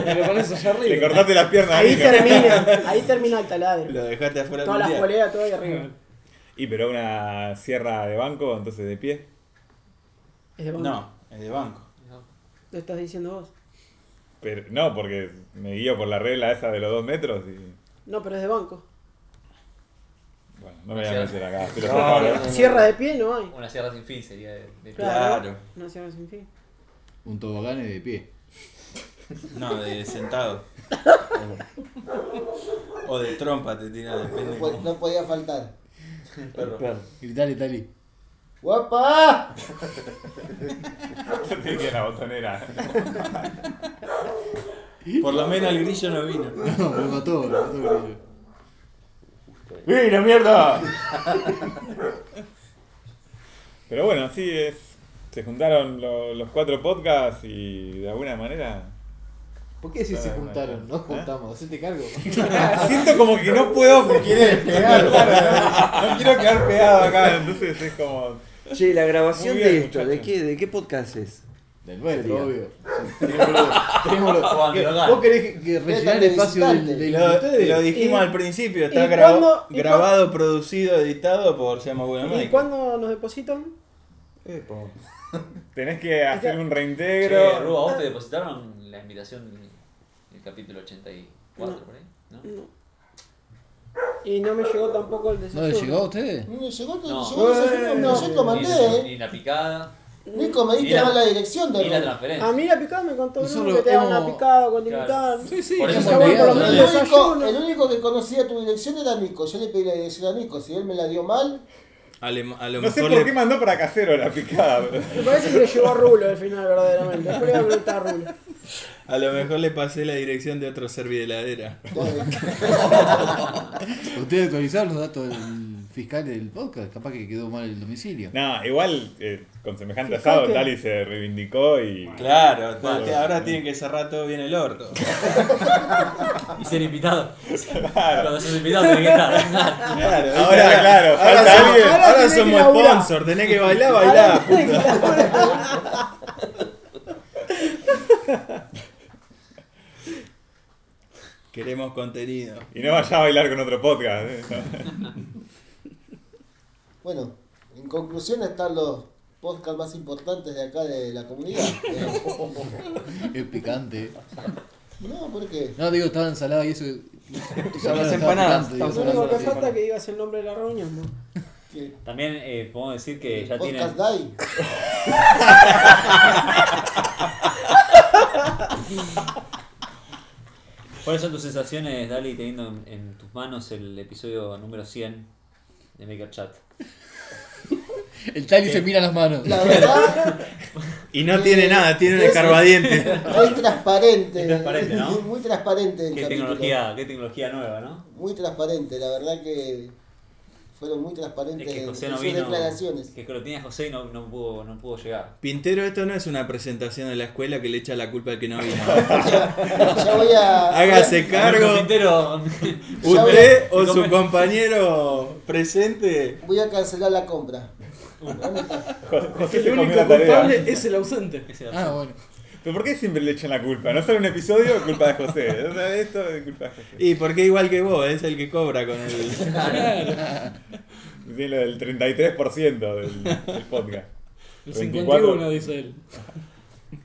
S5: pero con eso ya arriba.
S7: Le cortaste las piernas,
S1: Ahí
S7: amigo.
S1: termina, ahí termina el taladro.
S7: Lo dejaste afuera
S1: Todas las
S7: mundial.
S1: poleas, todo ahí arriba.
S10: Y pero una sierra de banco, entonces de pie.
S1: Es de banco.
S7: No, es de banco.
S1: Lo estás diciendo vos.
S10: Pero, no, porque me guío por la regla esa de los dos metros y.
S1: No, pero es de banco.
S10: Bueno, no me voy a meter acá. Pero
S11: No,
S10: por favor.
S11: no, no, no.
S1: Sierra de pie no hay.
S8: Una sierra sin fin sería de, de-
S1: No sierra sin fin.
S9: Un tobogán es de pie.
S7: No, de sentado. o de trompa te tira, depende.
S3: No, po- no podía faltar.
S7: Perro.
S9: Gritale, Tali.
S3: ¡Guapa!
S10: Yo te dije la botonera.
S7: Por lo menos el grillo no vino.
S9: No, me mató, me mató el grillo.
S10: ¡Mira, mierda! Pero bueno, así es. Se juntaron lo- los cuatro podcasts y de alguna manera.
S9: ¿Por qué decís se juntaron? Nos juntamos, hacete cargo.
S10: Siento como que no puedo porque quiere despegar. No, quiero quedar pegado acá. Entonces es como.
S2: Che, la grabación
S10: Muy bien,
S2: de esto, ¿de qué, ¿de qué podcast es?
S9: Del nuestro,
S2: Sería.
S9: obvio. Tenemos lo- tenemos lo-
S8: Juan,
S9: que-
S8: que lo gana.
S9: Vos querés que- que rellenar el espacio del,
S3: visitante.
S9: del-
S7: Lo,
S9: ustedes.
S7: lo dijimos
S1: ¿Y-
S7: al principio, está
S1: y
S7: gra-
S1: cuándo- y
S7: grabado, producido, editado por Llama Buena
S1: ¿Y
S7: Mike.
S1: cuándo nos depositan?
S10: Tenés que hacer un
S8: Che, Ru,
S10: reintegro.
S8: ¿a Eh, vos te depositaron la invitación del capítulo 84
S1: No.
S8: por ahí? ¿No?
S1: No. Y no me llegó tampoco el de
S9: ¿No les
S1: Saturno.
S9: llegó a ustedes?
S3: No, llegó,
S8: No.
S3: llegó ese- no, yo te
S8: Ni,
S3: mandé, eh.
S8: ni la picada,
S3: Nico, me
S8: Ni
S3: diste
S8: la-
S3: mal la dirección
S8: ni la
S3: de
S8: transferencia.
S1: A mí la picada me contó Bruno
S9: Nosotros
S1: que te daban
S9: hemos-
S1: una picada cuando
S8: Claro.
S1: invitaban.
S5: Sí, sí,
S8: Por
S5: hemos
S8: eso
S1: Está bueno, por lo menos
S5: pedido,
S3: el
S5: ¿no?
S3: único,
S1: desayuno.
S3: el único que conocía tu dirección era Nico. Yo le pedí la dirección a Nico. Si él me la dio mal,
S7: A, le- a lo
S10: No sé
S7: mejor
S10: por
S7: le-
S10: qué mandó para casero la picada. pero-
S1: Me parece que le llegó a Rulo al final, verdaderamente. Después le voy a preguntar a Rulo.
S7: a lo mejor le pasé la dirección de otro servideladera.
S9: Ustedes actualizaron los datos del fiscal del podcast. Capaz que quedó mal el domicilio.
S10: No, igual eh, con semejante
S1: Fijate.
S10: asado Tali se reivindicó y.
S7: Claro, ahora tienen que cerrar todo bien el orto.
S8: Y ser invitado. Cuando sos invitado tenés que estar.
S7: Claro,
S10: Ahora, claro,
S7: ahora,
S10: falta
S7: somos-
S10: alguien.
S7: ahora
S1: Ahora tenés que
S7: somos
S1: laburar.
S7: sponsor, tenés que bailar,
S1: Ah,
S7: bailar. Queremos contenido.
S10: Y no vaya a bailar con otro podcast. eh.
S3: bueno, en conclusión están los podcasts más importantes de acá de la comunidad. Eh,
S9: Es picante.
S3: No, porque
S9: No, digo, estaba ensalada y eso.
S2: las empanadas,
S1: Lo único que falta es que digas el nombre de la reunión. ¿no?
S3: que-
S8: También eh, podemos decir que ya tienen.
S3: Podcast Day.
S8: ¿Cuáles son tus sensaciones, Dali, teniendo en, en tus manos el episodio número 100 de Maker Chat?
S9: El Tali se mira las manos.
S3: La verdad,
S7: Y no tiene nada, tiene un
S3: Eso.
S7: escarbadiente.
S3: muy transparente.
S8: Es transparente, ¿no?
S3: Muy, muy transparente el
S8: ¿Qué
S3: capítulo.
S8: tecnología, Ah, qué tecnología nueva, ¿no?
S3: Muy transparente, la verdad que fueron muy transparentes
S8: Es que José
S3: en
S8: no
S3: sus
S8: vino.
S3: declaraciones.
S8: Que lo tenía José y no, no, pudo, no pudo llegar.
S7: Pintero, esto no es una presentación de la escuela que le echa la culpa al que no vino.
S3: Ya voy a.
S7: Hágase
S8: Alberto
S7: cargo.
S8: Pintero.
S7: Usted o
S8: Come.
S7: su compañero presente.
S3: Voy a cancelar la compra.
S10: José se
S5: El
S10: comió la
S5: único
S10: tarea.
S5: culpable es el ausente.
S8: Ese era-
S9: Ah, bueno.
S10: ¿Pero por qué siempre le echan la culpa? No sale un episodio, es culpa de José. O sea, Esto es culpa de José.
S7: Y porque igual que vos, es el que cobra con el.
S10: Tiene lo del 33% del, del podcast. 24.
S5: El 51 dice él.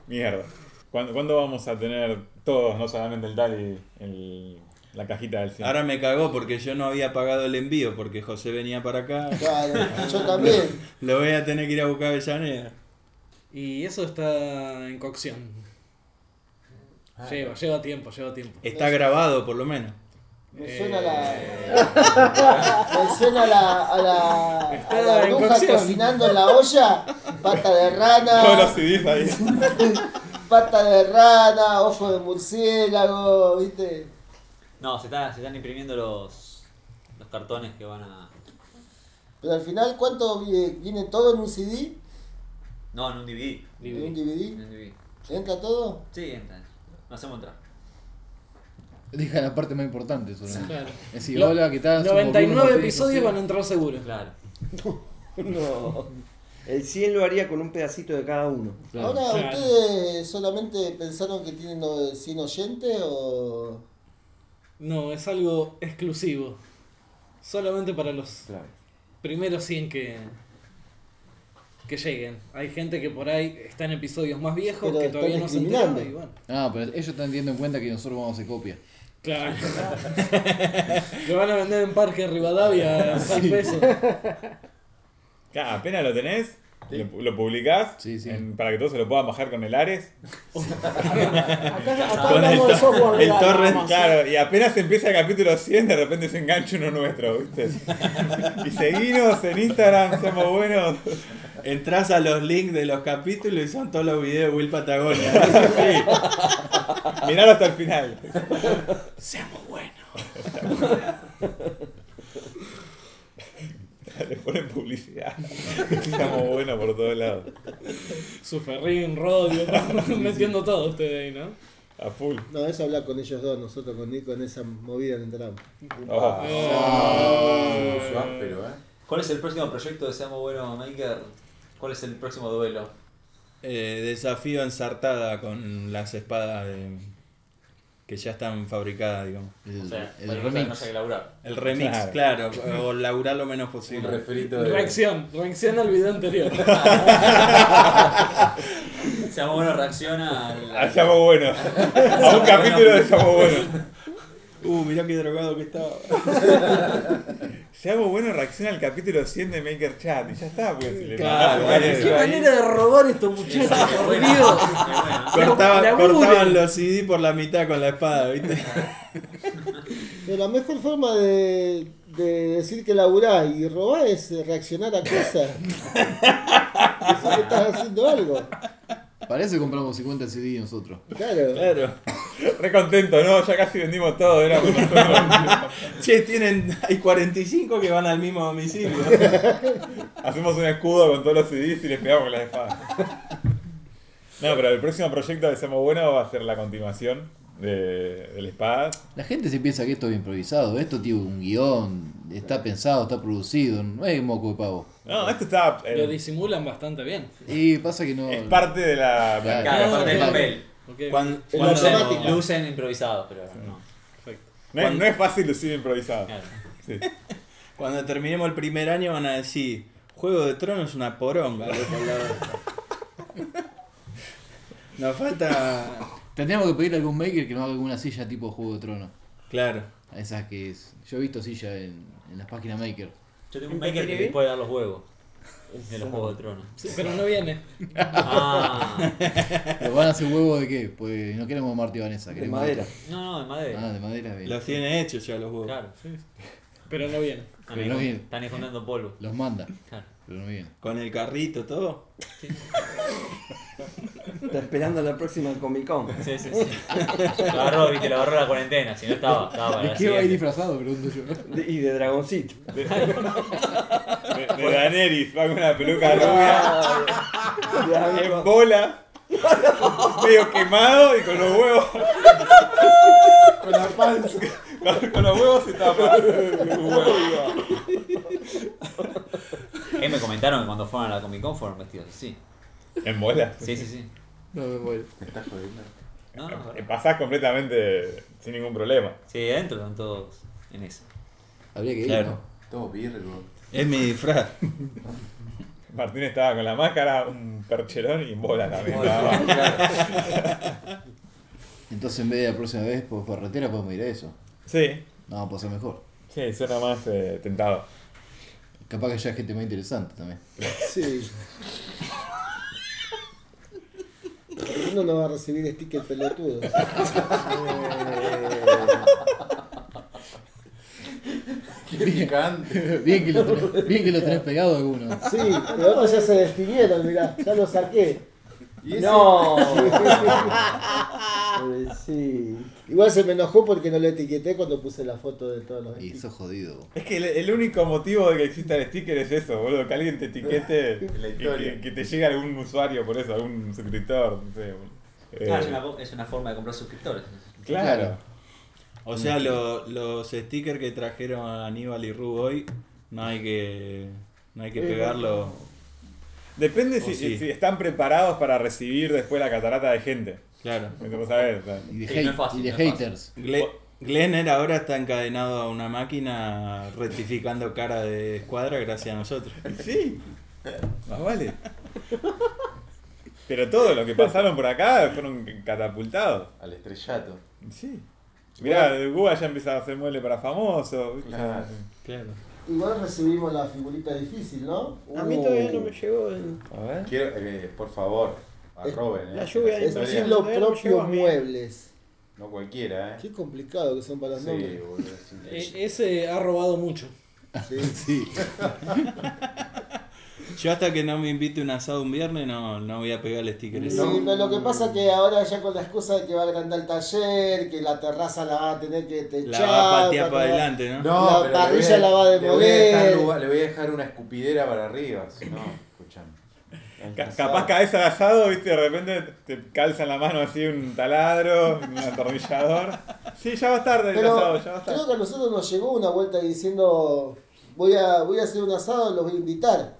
S10: Mierda. ¿Cuándo, cuándo vamos a tener todos, no solamente el Tali, el- la cajita del 100?
S7: Ahora me cagó porque yo no había pagado el envío porque José venía para acá.
S3: Claro, yo también.
S7: Lo voy a tener que ir a buscar a Avellaneda.
S5: Y eso está en cocción. Lleva, lleva tiempo, lleva tiempo.
S7: Está grabado por lo menos.
S3: Me
S8: Eh.
S3: suena la. Me suena la, a la. A la
S5: Está en
S3: bruja
S5: cocción.
S3: cocinando en la olla. Pata de rana.
S10: Todos los CDs ahí.
S3: Pata de rana, ojo de murciélago, ¿viste?
S8: No, se, está- se están imprimiendo los, los cartones que van a.
S3: Pero al final, ¿cuánto viene, viene todo en un CD?
S8: No, en un DVD.
S3: ¿En un
S5: DVD.
S8: En
S3: DVD?
S8: un DVD.
S3: ¿Entra todo?
S8: Sí, entra. No hacemos entrar.
S9: Deja la parte más importante. Solo.
S5: Claro.
S9: Es decir, Ah, hola, ¿qué tal? Somos Bruno
S5: 99
S9: Martínez,
S5: episodios
S9: José.
S5: van a entrar seguro.
S8: Claro.
S2: El 100 lo haría con un pedacito de cada uno.
S3: Ahora, ¿ustedes solamente pensaron que tienen eh, 100 oyentes o...?
S5: No, es algo exclusivo. Solamente para los
S2: Claro.
S5: primeros 100 que, que lleguen. Hay gente que por ahí está en episodios más viejos que todavía no se enteraron y bueno.
S9: Ah, pero ellos están teniendo en cuenta que nosotros vamos a hacer copia.
S5: Claro. Lo van a vender en Parque Rivadavia a 6
S10: Sí.
S5: pesos.
S10: Claro, apenas lo tenés, lo, lo publicás en- para que todos se lo puedan bajar con el Ares.
S12: acá hablamos de software
S10: el
S12: legal,
S10: torrent,
S12: nada más.
S10: claro, y apenas empieza el capítulo 100, de repente se engancha uno nuestro, ¿viste? y seguimos en Instagram, somos buenos.
S7: Entrás a los links de los capítulos y son todos los videos de Will Patagonia. Eso sí.
S10: Miralo hasta el final.
S7: Seamos
S10: Le ponen publicidad. Estamos buenos por todos lados.
S5: Su ferrín, rodio, metiendo todo ustedes ahí, ¿no?
S10: A full.
S3: No, eso hablar con ellos dos, nosotros con Nico en esa movida no entramos.
S10: Ah.
S11: ¿eh?
S8: ¿Cuál es el próximo proyecto de Seamos Bueno Maker? ¿Cuál es el próximo duelo?
S7: Eh, desafío ensartada con las espadas de- que ya están fabricadas, digamos.
S8: O sea, el bueno, remix. no sé qué laburar.
S7: El remix, claro.
S8: Claro.
S7: o laburar lo menos posible.
S8: Un refrito
S9: Eh,
S5: Reacción, reacción al video anterior.
S8: Seamos Bueno reacciona al...
S10: Ah, Seamos Bueno. A un capítulo de Seamos Bueno.
S7: Uh, mirá qué drogado que estaba.
S10: Seamos buenos, reacciona al capítulo 100 de Maker Chat. Y ya está, porque si le
S7: Claro,
S10: mandás un
S7: vale.
S10: audio
S7: Qué
S10: ahí-
S7: manera
S5: de robar estos muchachos, por Dios.
S7: Cortaba-
S5: Laburen.
S7: cortaban los CD por la mitad con la espada, ¿viste?
S3: Pero la mejor forma de, de decir que laburás y robás es eh, reaccionar a cosas. Decir que estás haciendo algo.
S9: Para eso compramos 50 CD nosotros.
S3: Claro.
S7: Claro.
S10: Re contento, ¿no? Ya casi vendimos todo, era
S7: Che, tienen, hay 45 que van al mismo domicilio.
S10: Hacemos un escudo con todos los CDs y les pegamos con las espadas. No, pero el próximo proyecto de Seamos Bueno va a ser la continuación de, de la espada.
S9: La gente se piensa que esto es improvisado. Esto tiene un guión, está pensado, está producido. No es moco de pavo.
S10: No, esto está. eh,
S5: Lo disimulan bastante bien.
S9: Y pasa que no. Es
S10: parte de la.
S8: Claro, parte del papel.
S7: Cuando-
S8: Lo
S7: cuando-
S8: usan- Lo usan improvisado, pero no.
S10: No, es- no es fácil lucir improvisado.
S8: Ah.
S10: Sí.
S7: Cuando terminemos el primer año van a decir, Juego de Trono es una poronga. loco, al lado de esto". Nos falta...
S9: Tendríamos que pedirle a algún maker que nos haga alguna silla tipo Juego de Trono.
S7: Claro.
S9: Esas que es. Yo he visto sillas en, en las páginas maker.
S8: Yo tengo un maker que te puede dar los huevos. De los Juegos de Trono.
S5: Sí, pero no viene.
S8: Ah.
S9: ¿Pero van a hacer huevo de qué? Pues no queremos Marti Vanessa. Queremos
S8: madera.
S9: otro.
S8: No, no, de madera.
S9: Ah, de madera. bien.
S7: Los tiene hechos ya los huevos.
S8: Claro, sí.
S5: Pero no viene.
S8: Están, ahí-
S9: no viene.
S8: están ahí juntando polvo.
S9: Los manda.
S8: Claro.
S9: Pero no viene.
S7: Con el carrito, todo.
S2: Está esperando la próxima Comic Con.
S8: Sí, sí, sí. Lo agarró, viste, lo agarró la cuarentena, si no estaba, estaba para
S9: ¿De
S8: la
S9: qué va a ir
S8: siguiente.
S9: disfrazado? Pregunto yo.
S2: De- y de dragoncito.
S10: De, de- de Daenerys, va con una peluca rubia. en bola. medio quemado y con los huevos. Con la panza. Con, con los huevos se tapa.
S8: Eh, me comentaron que cuando fueron a la Comic Con fueron vestidos así.
S10: ¿En bola?
S8: Sí, sí, sí.
S9: No me voy.
S10: Me estás jodiendo.
S8: No, no.
S10: Pasás completamente sin ningún problema.
S8: Sí, adentro están todos en eso.
S9: Habría que
S10: ir, Claro. ¿no?
S6: Todo virgo.
S7: Es mi disfraz.
S10: Martín estaba con la máscara, un percherón y en bola también.
S9: Bola,
S10: nada más.
S9: Entonces en vez de la próxima vez por ferretera podemos ir a eso.
S10: Sí.
S9: No, puede ser mejor.
S10: Sí, suena más eh, tentado.
S9: Capaz que haya gente más interesante también.
S3: Sí. Uno no va a recibir sticker pelotudo.
S6: Qué picante.
S9: Bien que lo tenés, bien que lo tenés pegado alguno.
S3: Sí, pero otros ya se destinieron, mirá, ya lo saqué.
S2: No.
S1: Ah.
S3: Eh, sí. Igual se me enojó porque no lo etiqueté cuando puse la foto de todos los
S9: Y sos jodido.
S10: Es que el, el único motivo de que exista el sticker es eso, boludo. Que alguien te etiquete
S6: La
S10: y
S6: historia.
S10: que, que te llegue algún usuario por eso, algún suscriptor. No sé, boludo. Eh,
S8: Claro, es una, es una forma de comprar suscriptores.
S10: Claro.
S7: O sea, lo- los stickers que trajeron a Aníbal y Rub hoy, no hay que, no hay que
S10: Sí,
S7: pegarlo.
S10: Depende si,
S7: O sí.
S10: si están preparados para recibir después la catarata de gente.
S7: Claro.
S10: Vamos a ver.
S7: Y de Sí, hate- no es fácil, y de no es haters. Glenner ahora está encadenado a una máquina rectificando cara de escuadra gracias a nosotros.
S10: Sí, más vale. Pero todos los que pasaron por acá fueron catapultados.
S6: Al estrellato.
S10: Sí. Mirá, Cuba ya empezaba a hacer mueble para famosos.
S6: Claro.
S7: Claro.
S3: Igual recibimos la figurita difícil, ¿no?
S1: A mí todavía no me llegó el-
S10: A ver.
S6: Quiero, eh, por favor, arroben. eh.
S3: La lluvia de
S6: Historia.
S3: Brasil
S1: ¿eh?
S3: lo propio muebles.
S6: No cualquiera, ¿eh?
S3: Qué complicado que son para los
S6: Sí,
S3: nombres.
S6: boludo, es un-
S5: E-
S3: Eh,
S5: ese ha robado mucho.
S3: Sí.
S7: Yo hasta que no me invite un asado un viernes no, no voy a pegar el sticker. ese.
S3: Sí, pero lo que pasa es que ahora ya con la excusa de que va a agrandar el taller, que la terraza la va a tener que techar.
S7: La va a patear
S3: va-
S7: para adelante, ¿no?
S3: eh, la
S6: pero le voy
S3: parrilla
S6: a-
S3: la va a
S6: Le voy a, dejar,
S3: demoler.
S6: lugar- le voy a dejar una escupidera para arriba, si no, escuchame.
S10: Ca- capaz caes al asado, viste, de repente te calza en la mano así un taladro, un atornillador. Sí, ya vas tarde el asado,
S3: Pero
S10: ya vas tarde.
S3: creo que a nosotros nos llegó una vuelta diciendo voy a, voy a hacer un asado, los voy a invitar.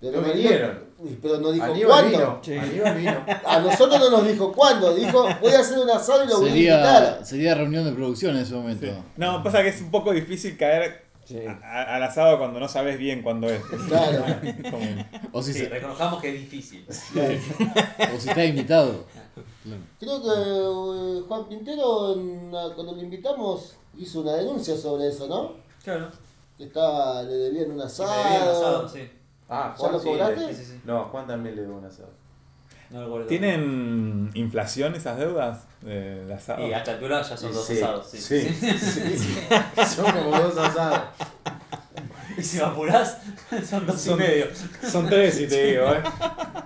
S3: Pero
S6: No
S3: no
S6: vinieron.
S3: dijo- Pero no dijo
S6: Aníbal
S3: cuándo.
S6: vino, Aníbal vino.
S3: A nosotros no nos dijo cuándo, dijo voy a hacer un asado y lo voy a invitar.
S9: Sería, sería reunión de producción en ese momento.
S10: No, pasa que es un poco difícil caer a- a- al asado cuando no sabes bien cuándo es.
S3: Claro.
S9: O si
S8: Sí,
S9: se-
S8: reconozcamos que es difícil.
S9: O si está invitado. Claro.
S3: Creo que eh, Juan Pintero, en la- cuando lo invitamos, hizo una denuncia sobre eso, ¿no?
S8: Claro.
S3: Que estaba, le debían un
S8: Sí,
S3: asado.
S8: me debían asado, sí.
S6: Ah,
S3: ¿Ya
S6: Juan
S3: lo
S6: sí,
S3: cobraste?
S6: le- No, Juan también le dio un asado.
S8: No recuerdo.
S10: ¿Tienen inflación esas deudas del asado?
S8: Y a esta altura
S3: Ah,
S8: ya son
S6: Y
S8: dos
S6: sí,
S8: asados. Sí.
S6: sí, sí, sí. Son como dos asados.
S8: Y si evaporás, son dos y medio.
S10: Son tres, si te digo, ¿eh?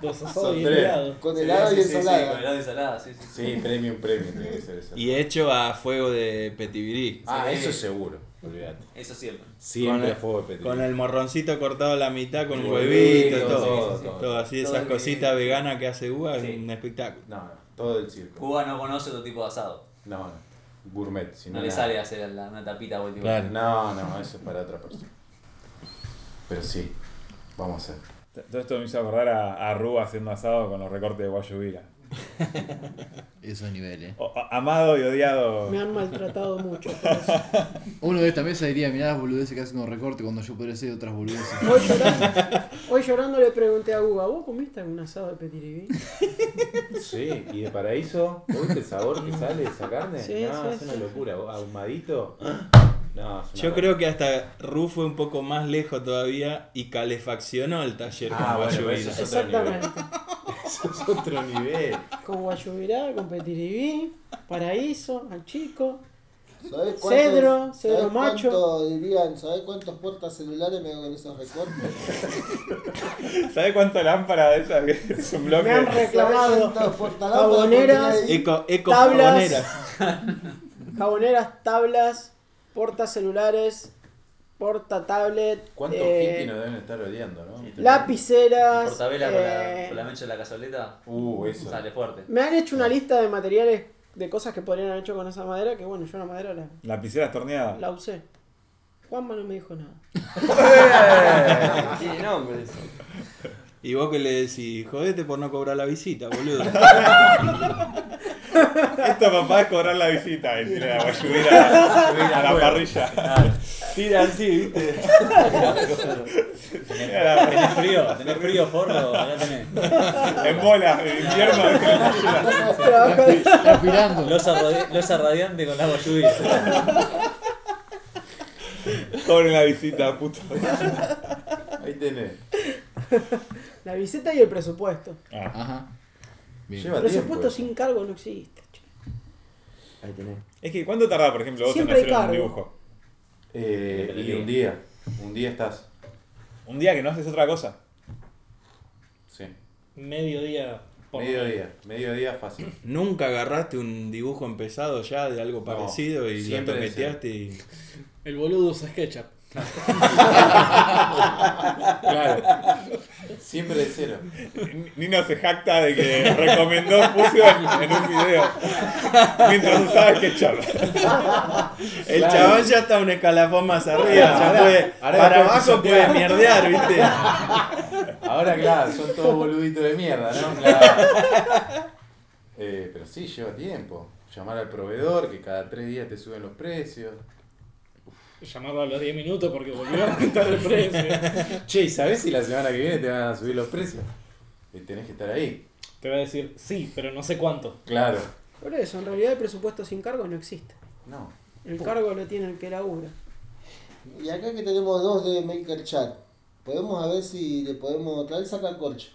S5: Dos
S6: Son tres.
S3: Con
S8: Sí,
S3: helado
S8: sí,
S3: y
S8: sí, sí,
S3: ensalada.
S8: con helado y ensalada, sí, sí.
S6: Sí, premium, premium, tiene que ser eso.
S7: Y hecho a fuego de petibirí.
S6: Ah,
S8: Sí.
S6: eso seguro, olvídate.
S8: Eso siempre.
S7: Con
S6: Siempre
S7: el-
S6: a fuego de petibirí.
S7: Con el morroncito cortado a la mitad, con
S6: El
S7: un huevito,
S6: huevito,
S7: todo.
S6: todo,
S7: Todo,
S6: todo.
S7: así,
S8: Todo
S7: esas
S8: el-
S7: cositas veganas que hace Uva,
S8: Sí.
S7: es un espectáculo.
S6: No, no, todo el circo.
S8: Cuba no conoce otro tipo de asado.
S6: No, no. Gourmet, si no.
S8: No le
S6: nada.
S8: sale a hacer la- una tapita o algo.
S7: Claro.
S6: No, no, eso es para otra persona. Pero sí, vamos a hacer.
S10: Todo esto me hizo acordar a, a Rúa haciendo asado con los recortes de Guayubira.
S9: Esos niveles.
S10: O- a- amado y odiado.
S1: Me han maltratado mucho. por eso.
S9: Uno de esta mesa diría, mirá las boludeces que hacen con recorte cuando yo podría hacer otras boludeces.
S1: Hoy llorando, hoy llorando le pregunté a Uva, ¿vos comiste algún asado de petiribí?
S6: Sí, y de paraíso, ¿vos ¿viste el sabor que sale de esa carne?
S1: Mm. Sí,
S6: no,
S1: sí,
S6: es una
S1: sí.
S6: locura. Ahumadito. No, es una
S7: Yo creo que hasta Ru fue un poco más lejos todavía y calefaccionó el taller
S6: Ah,
S7: con
S6: bueno,
S7: Guayubira.
S6: eso es otro nivel.
S1: Exactamente.
S6: Eso es otro nivel.
S1: Con Guayubirá, con petiribí, paraíso, al chico.
S3: ¿Sabés cuántos-
S1: Cedro, cedro
S3: sabés
S1: macho.
S3: cuánto dirían, ¿sabés cuántos puertas celulares me hago con esos recortes?
S10: ¿Sabes cuánto lámpara de esa que es un bloque?
S1: Me han
S3: ¿Sabés
S1: reclamado
S3: cuántas portalámparas
S1: jaboneras,
S3: tenía ahí?
S7: Eco, eco
S1: Tablas.
S7: fogoneras.
S1: jaboneras, tablas, porta celulares, porta tablet,
S6: ¿Cuántos
S1: eh,
S6: hippies nos deben estar odiando, no?
S1: lapiceras.
S8: Portabela con,
S1: eh,
S8: la, con la mecha de la cazoleta.
S6: Uh, eso.
S8: Sale fuerte.
S1: Me han hecho una lista de materiales, de cosas que podrían haber hecho con esa madera, que bueno, yo la madera la,
S10: Lapiceras torneadas.
S1: la usé. Juanma no me dijo nada.
S12: Tiene nombre eso.
S7: Y vos que le decís, jodete por no cobrar la visita, boludo.
S10: Esto papá es cobrar la visita y tirar la Guayubira a la parrilla.
S12: Tira así, viste.
S10: A la-
S8: Tenés frío, tenés frío, forro, acá tenés.
S10: En bola, en invierno.
S9: Transpirando.
S8: Losa, radi- losa radiante con agua lluvia.
S10: Cobren la visita, puto.
S6: Ahí tenés.
S1: La visita y el presupuesto.
S10: Ah.
S9: Ajá. Bien.
S6: Lleva tiempo.
S1: presupuesto sin cargo no existe. che.
S12: Ahí tenés.
S10: Es que, ¿cuánto tardás, por ejemplo, vos
S1: Siempre hay
S10: en hacer un
S1: cargo.
S10: dibujo?
S6: Eh, y un día. Un día estás.
S10: Un día que no haces otra cosa.
S6: Sí.
S5: Mediodía. por
S6: Mediodía. Mediodía fácil.
S7: Nunca agarraste un dibujo empezado ya de algo parecido y lo
S6: siempre
S7: toqueteaste y.
S5: El boludo usa SketchUp.
S6: Claro. Siempre de cero.
S10: Nino se jacta de que recomendó Fusion en un video. Mientras usaba que
S7: El
S6: Claro.
S7: chabón ya está un escalafón más arriba,
S6: Ahora-
S7: ya puede.
S6: ahora
S7: para
S6: después
S7: abajo puede mierdear, ¿viste?
S11: Ahora, claro, son todos boluditos de mierda, ¿no? Claro. Eh, pero sí, lleva tiempo. Llamar al proveedor, que cada tres días te suben los precios.
S5: Llamarlo a los 10 minutos porque volvió a aumentar el precio.
S11: Che, ¿y sabés si la semana que viene te van a subir los precios? Eh, tenés que estar ahí.
S5: Te va a decir, sí, pero no sé cuánto.
S11: Claro.
S1: Por eso, en realidad el presupuesto sin cargo no existe.
S11: No.
S1: El cargo lo tiene el que labura.
S3: Y acá que tenemos dos de Maker Chat. Podemos a ver si le podemos traer saca corcho.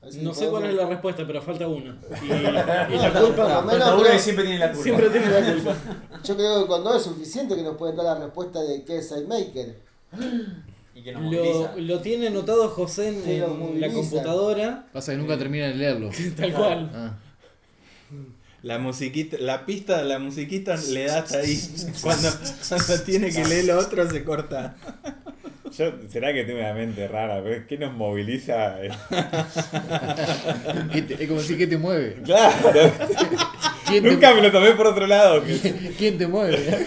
S3: A ver si
S5: No sé
S3: podemos-
S5: cuál es la respuesta, pero falta una. Y, y
S3: No,
S5: la
S3: por lo
S5: culpa.
S3: menos creo-
S5: Siempre tiene la culpa.
S3: Yo creo que cuando es suficiente que nos pueden dar la respuesta de qué es Maker.
S8: Y que nos moviliza.
S5: Lo, lo tiene anotado José en,
S3: Sí,
S5: en
S3: lo
S5: la
S3: moviliza.
S5: computadora.
S9: Pasa que nunca termina de leerlo.
S5: Tal cual.
S9: Ah.
S7: La musiquita, la pista, la musiquita le da hasta ahí. Cuando, cuando tiene que leer lo otro se corta.
S10: Yo, será que tengo una mente rara, pero ¿qué nos moviliza?
S9: ¿Qué te- es como decir, ¿qué te mueve?
S10: claro.
S9: ¿Quién te-
S10: Nunca me lo tomé por otro lado. que-
S9: ¿Quién te mueve?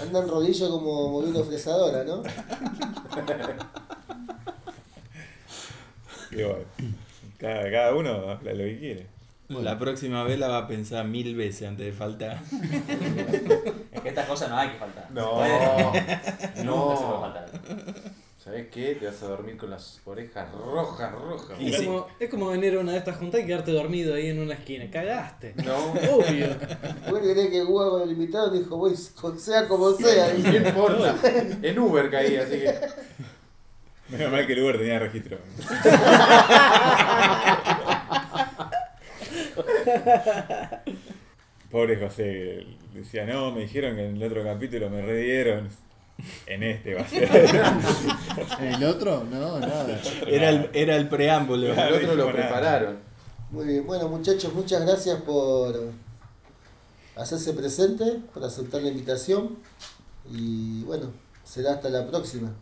S3: Anda en rodillo como moviendo fresadora, ¿no?
S10: que bueno. cada, cada uno habla lo que quiere.
S7: La próxima vez la va a pensar mil veces antes de faltar.
S8: Es que estas cosas no hay que faltar.
S11: No.
S8: Nunca se puede faltar.
S11: ¿Sabés qué? Te vas a dormir con las orejas rojas, rojas.
S5: Es como, es como venir a una de estas juntas y quedarte dormido ahí en una esquina. Cagaste.
S11: No.
S5: Obvio.
S3: Vos creés que Hugo con el invitado dijo, voy con sea como sea.
S11: No importa. En Uber caí, así que.
S10: Menos mal que el Uber tenía registro. Pobre José, decía, no, me dijeron que en el otro capítulo me redieron. En este va a ser.
S9: ¿El otro? No, nada.
S7: Era el, era el preámbulo.
S11: Al otro lo prepararon.
S3: Muy bien, bueno muchachos, muchas gracias por hacerse presente, por aceptar la invitación. Y bueno, será hasta la próxima.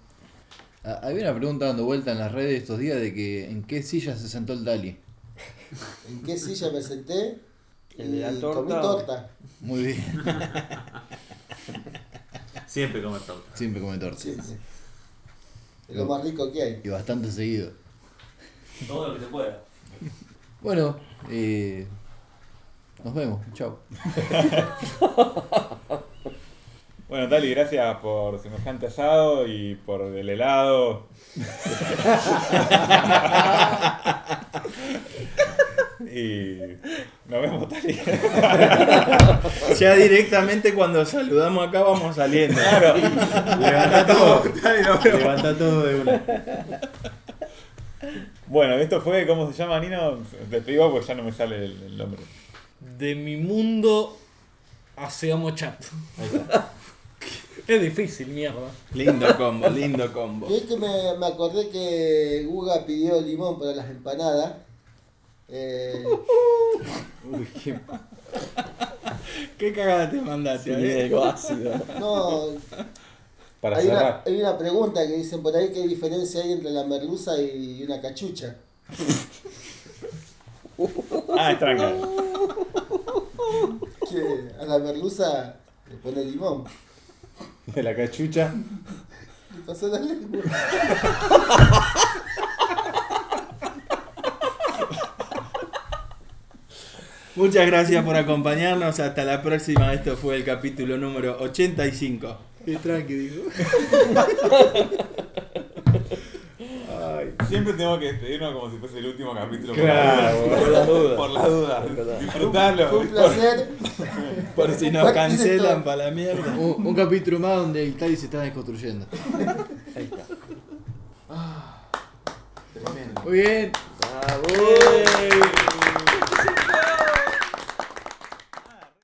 S9: Ah, Había una pregunta dando vuelta en las redes estos días de que en qué silla se sentó el Dali.
S3: ¿En qué silla me senté?
S12: ¿El de la
S3: Y
S12: torta
S3: Comí
S12: o-
S3: torta.
S9: Muy bien.
S8: Siempre come torta.
S9: Siempre come torta.
S3: Es lo más rico que hay.
S9: Y bastante seguido.
S8: Todo lo que se pueda.
S9: Bueno, eh, nos vemos. Chao.
S10: Bueno, Tali, gracias por semejante asado y por el helado. y nos vemos, Tali.
S7: Ya directamente cuando saludamos acá vamos saliendo.
S10: Claro.
S7: Levanta todo. Levanta todo de una.
S10: Bueno, esto fue, ¿cómo se llama, Nino? Despedimos porque ya no me sale el, el nombre.
S5: De mi mundo hacia Homo Chat. es difícil, mierda.
S7: Lindo combo, lindo combo.
S3: Y es que me, me acordé que Guga pidió limón para las empanadas. Eh,
S7: Uy, qué... qué cagada te mandaste. eh.
S3: no,
S10: Para
S3: hay, una,
S10: cerrar.
S3: hay una pregunta que dicen por ahí: ¿qué diferencia hay entre la merluza y una cachucha?
S10: Ah, es tranca.
S3: Que a la merluza le pone limón.
S10: De la cachucha.
S3: Le pasa la lengua.
S7: Muchas gracias por acompañarnos. Hasta la próxima. Esto fue el capítulo número 85.
S9: Qué tranqui, digo.
S10: Siempre tengo que despedirnos como si fuese el último capítulo.
S12: Claro,
S10: por la duda. Por la duda.
S3: Fue
S10: Disfrutalo.
S3: un placer.
S7: Por si nos
S3: Parte de
S7: cancelan
S3: todo.
S7: para la mierda.
S9: Un, un capítulo más donde el Dali se está desconstruyendo.
S11: Tremendo.
S9: Muy bien.
S7: Eh.
S12: Bravo.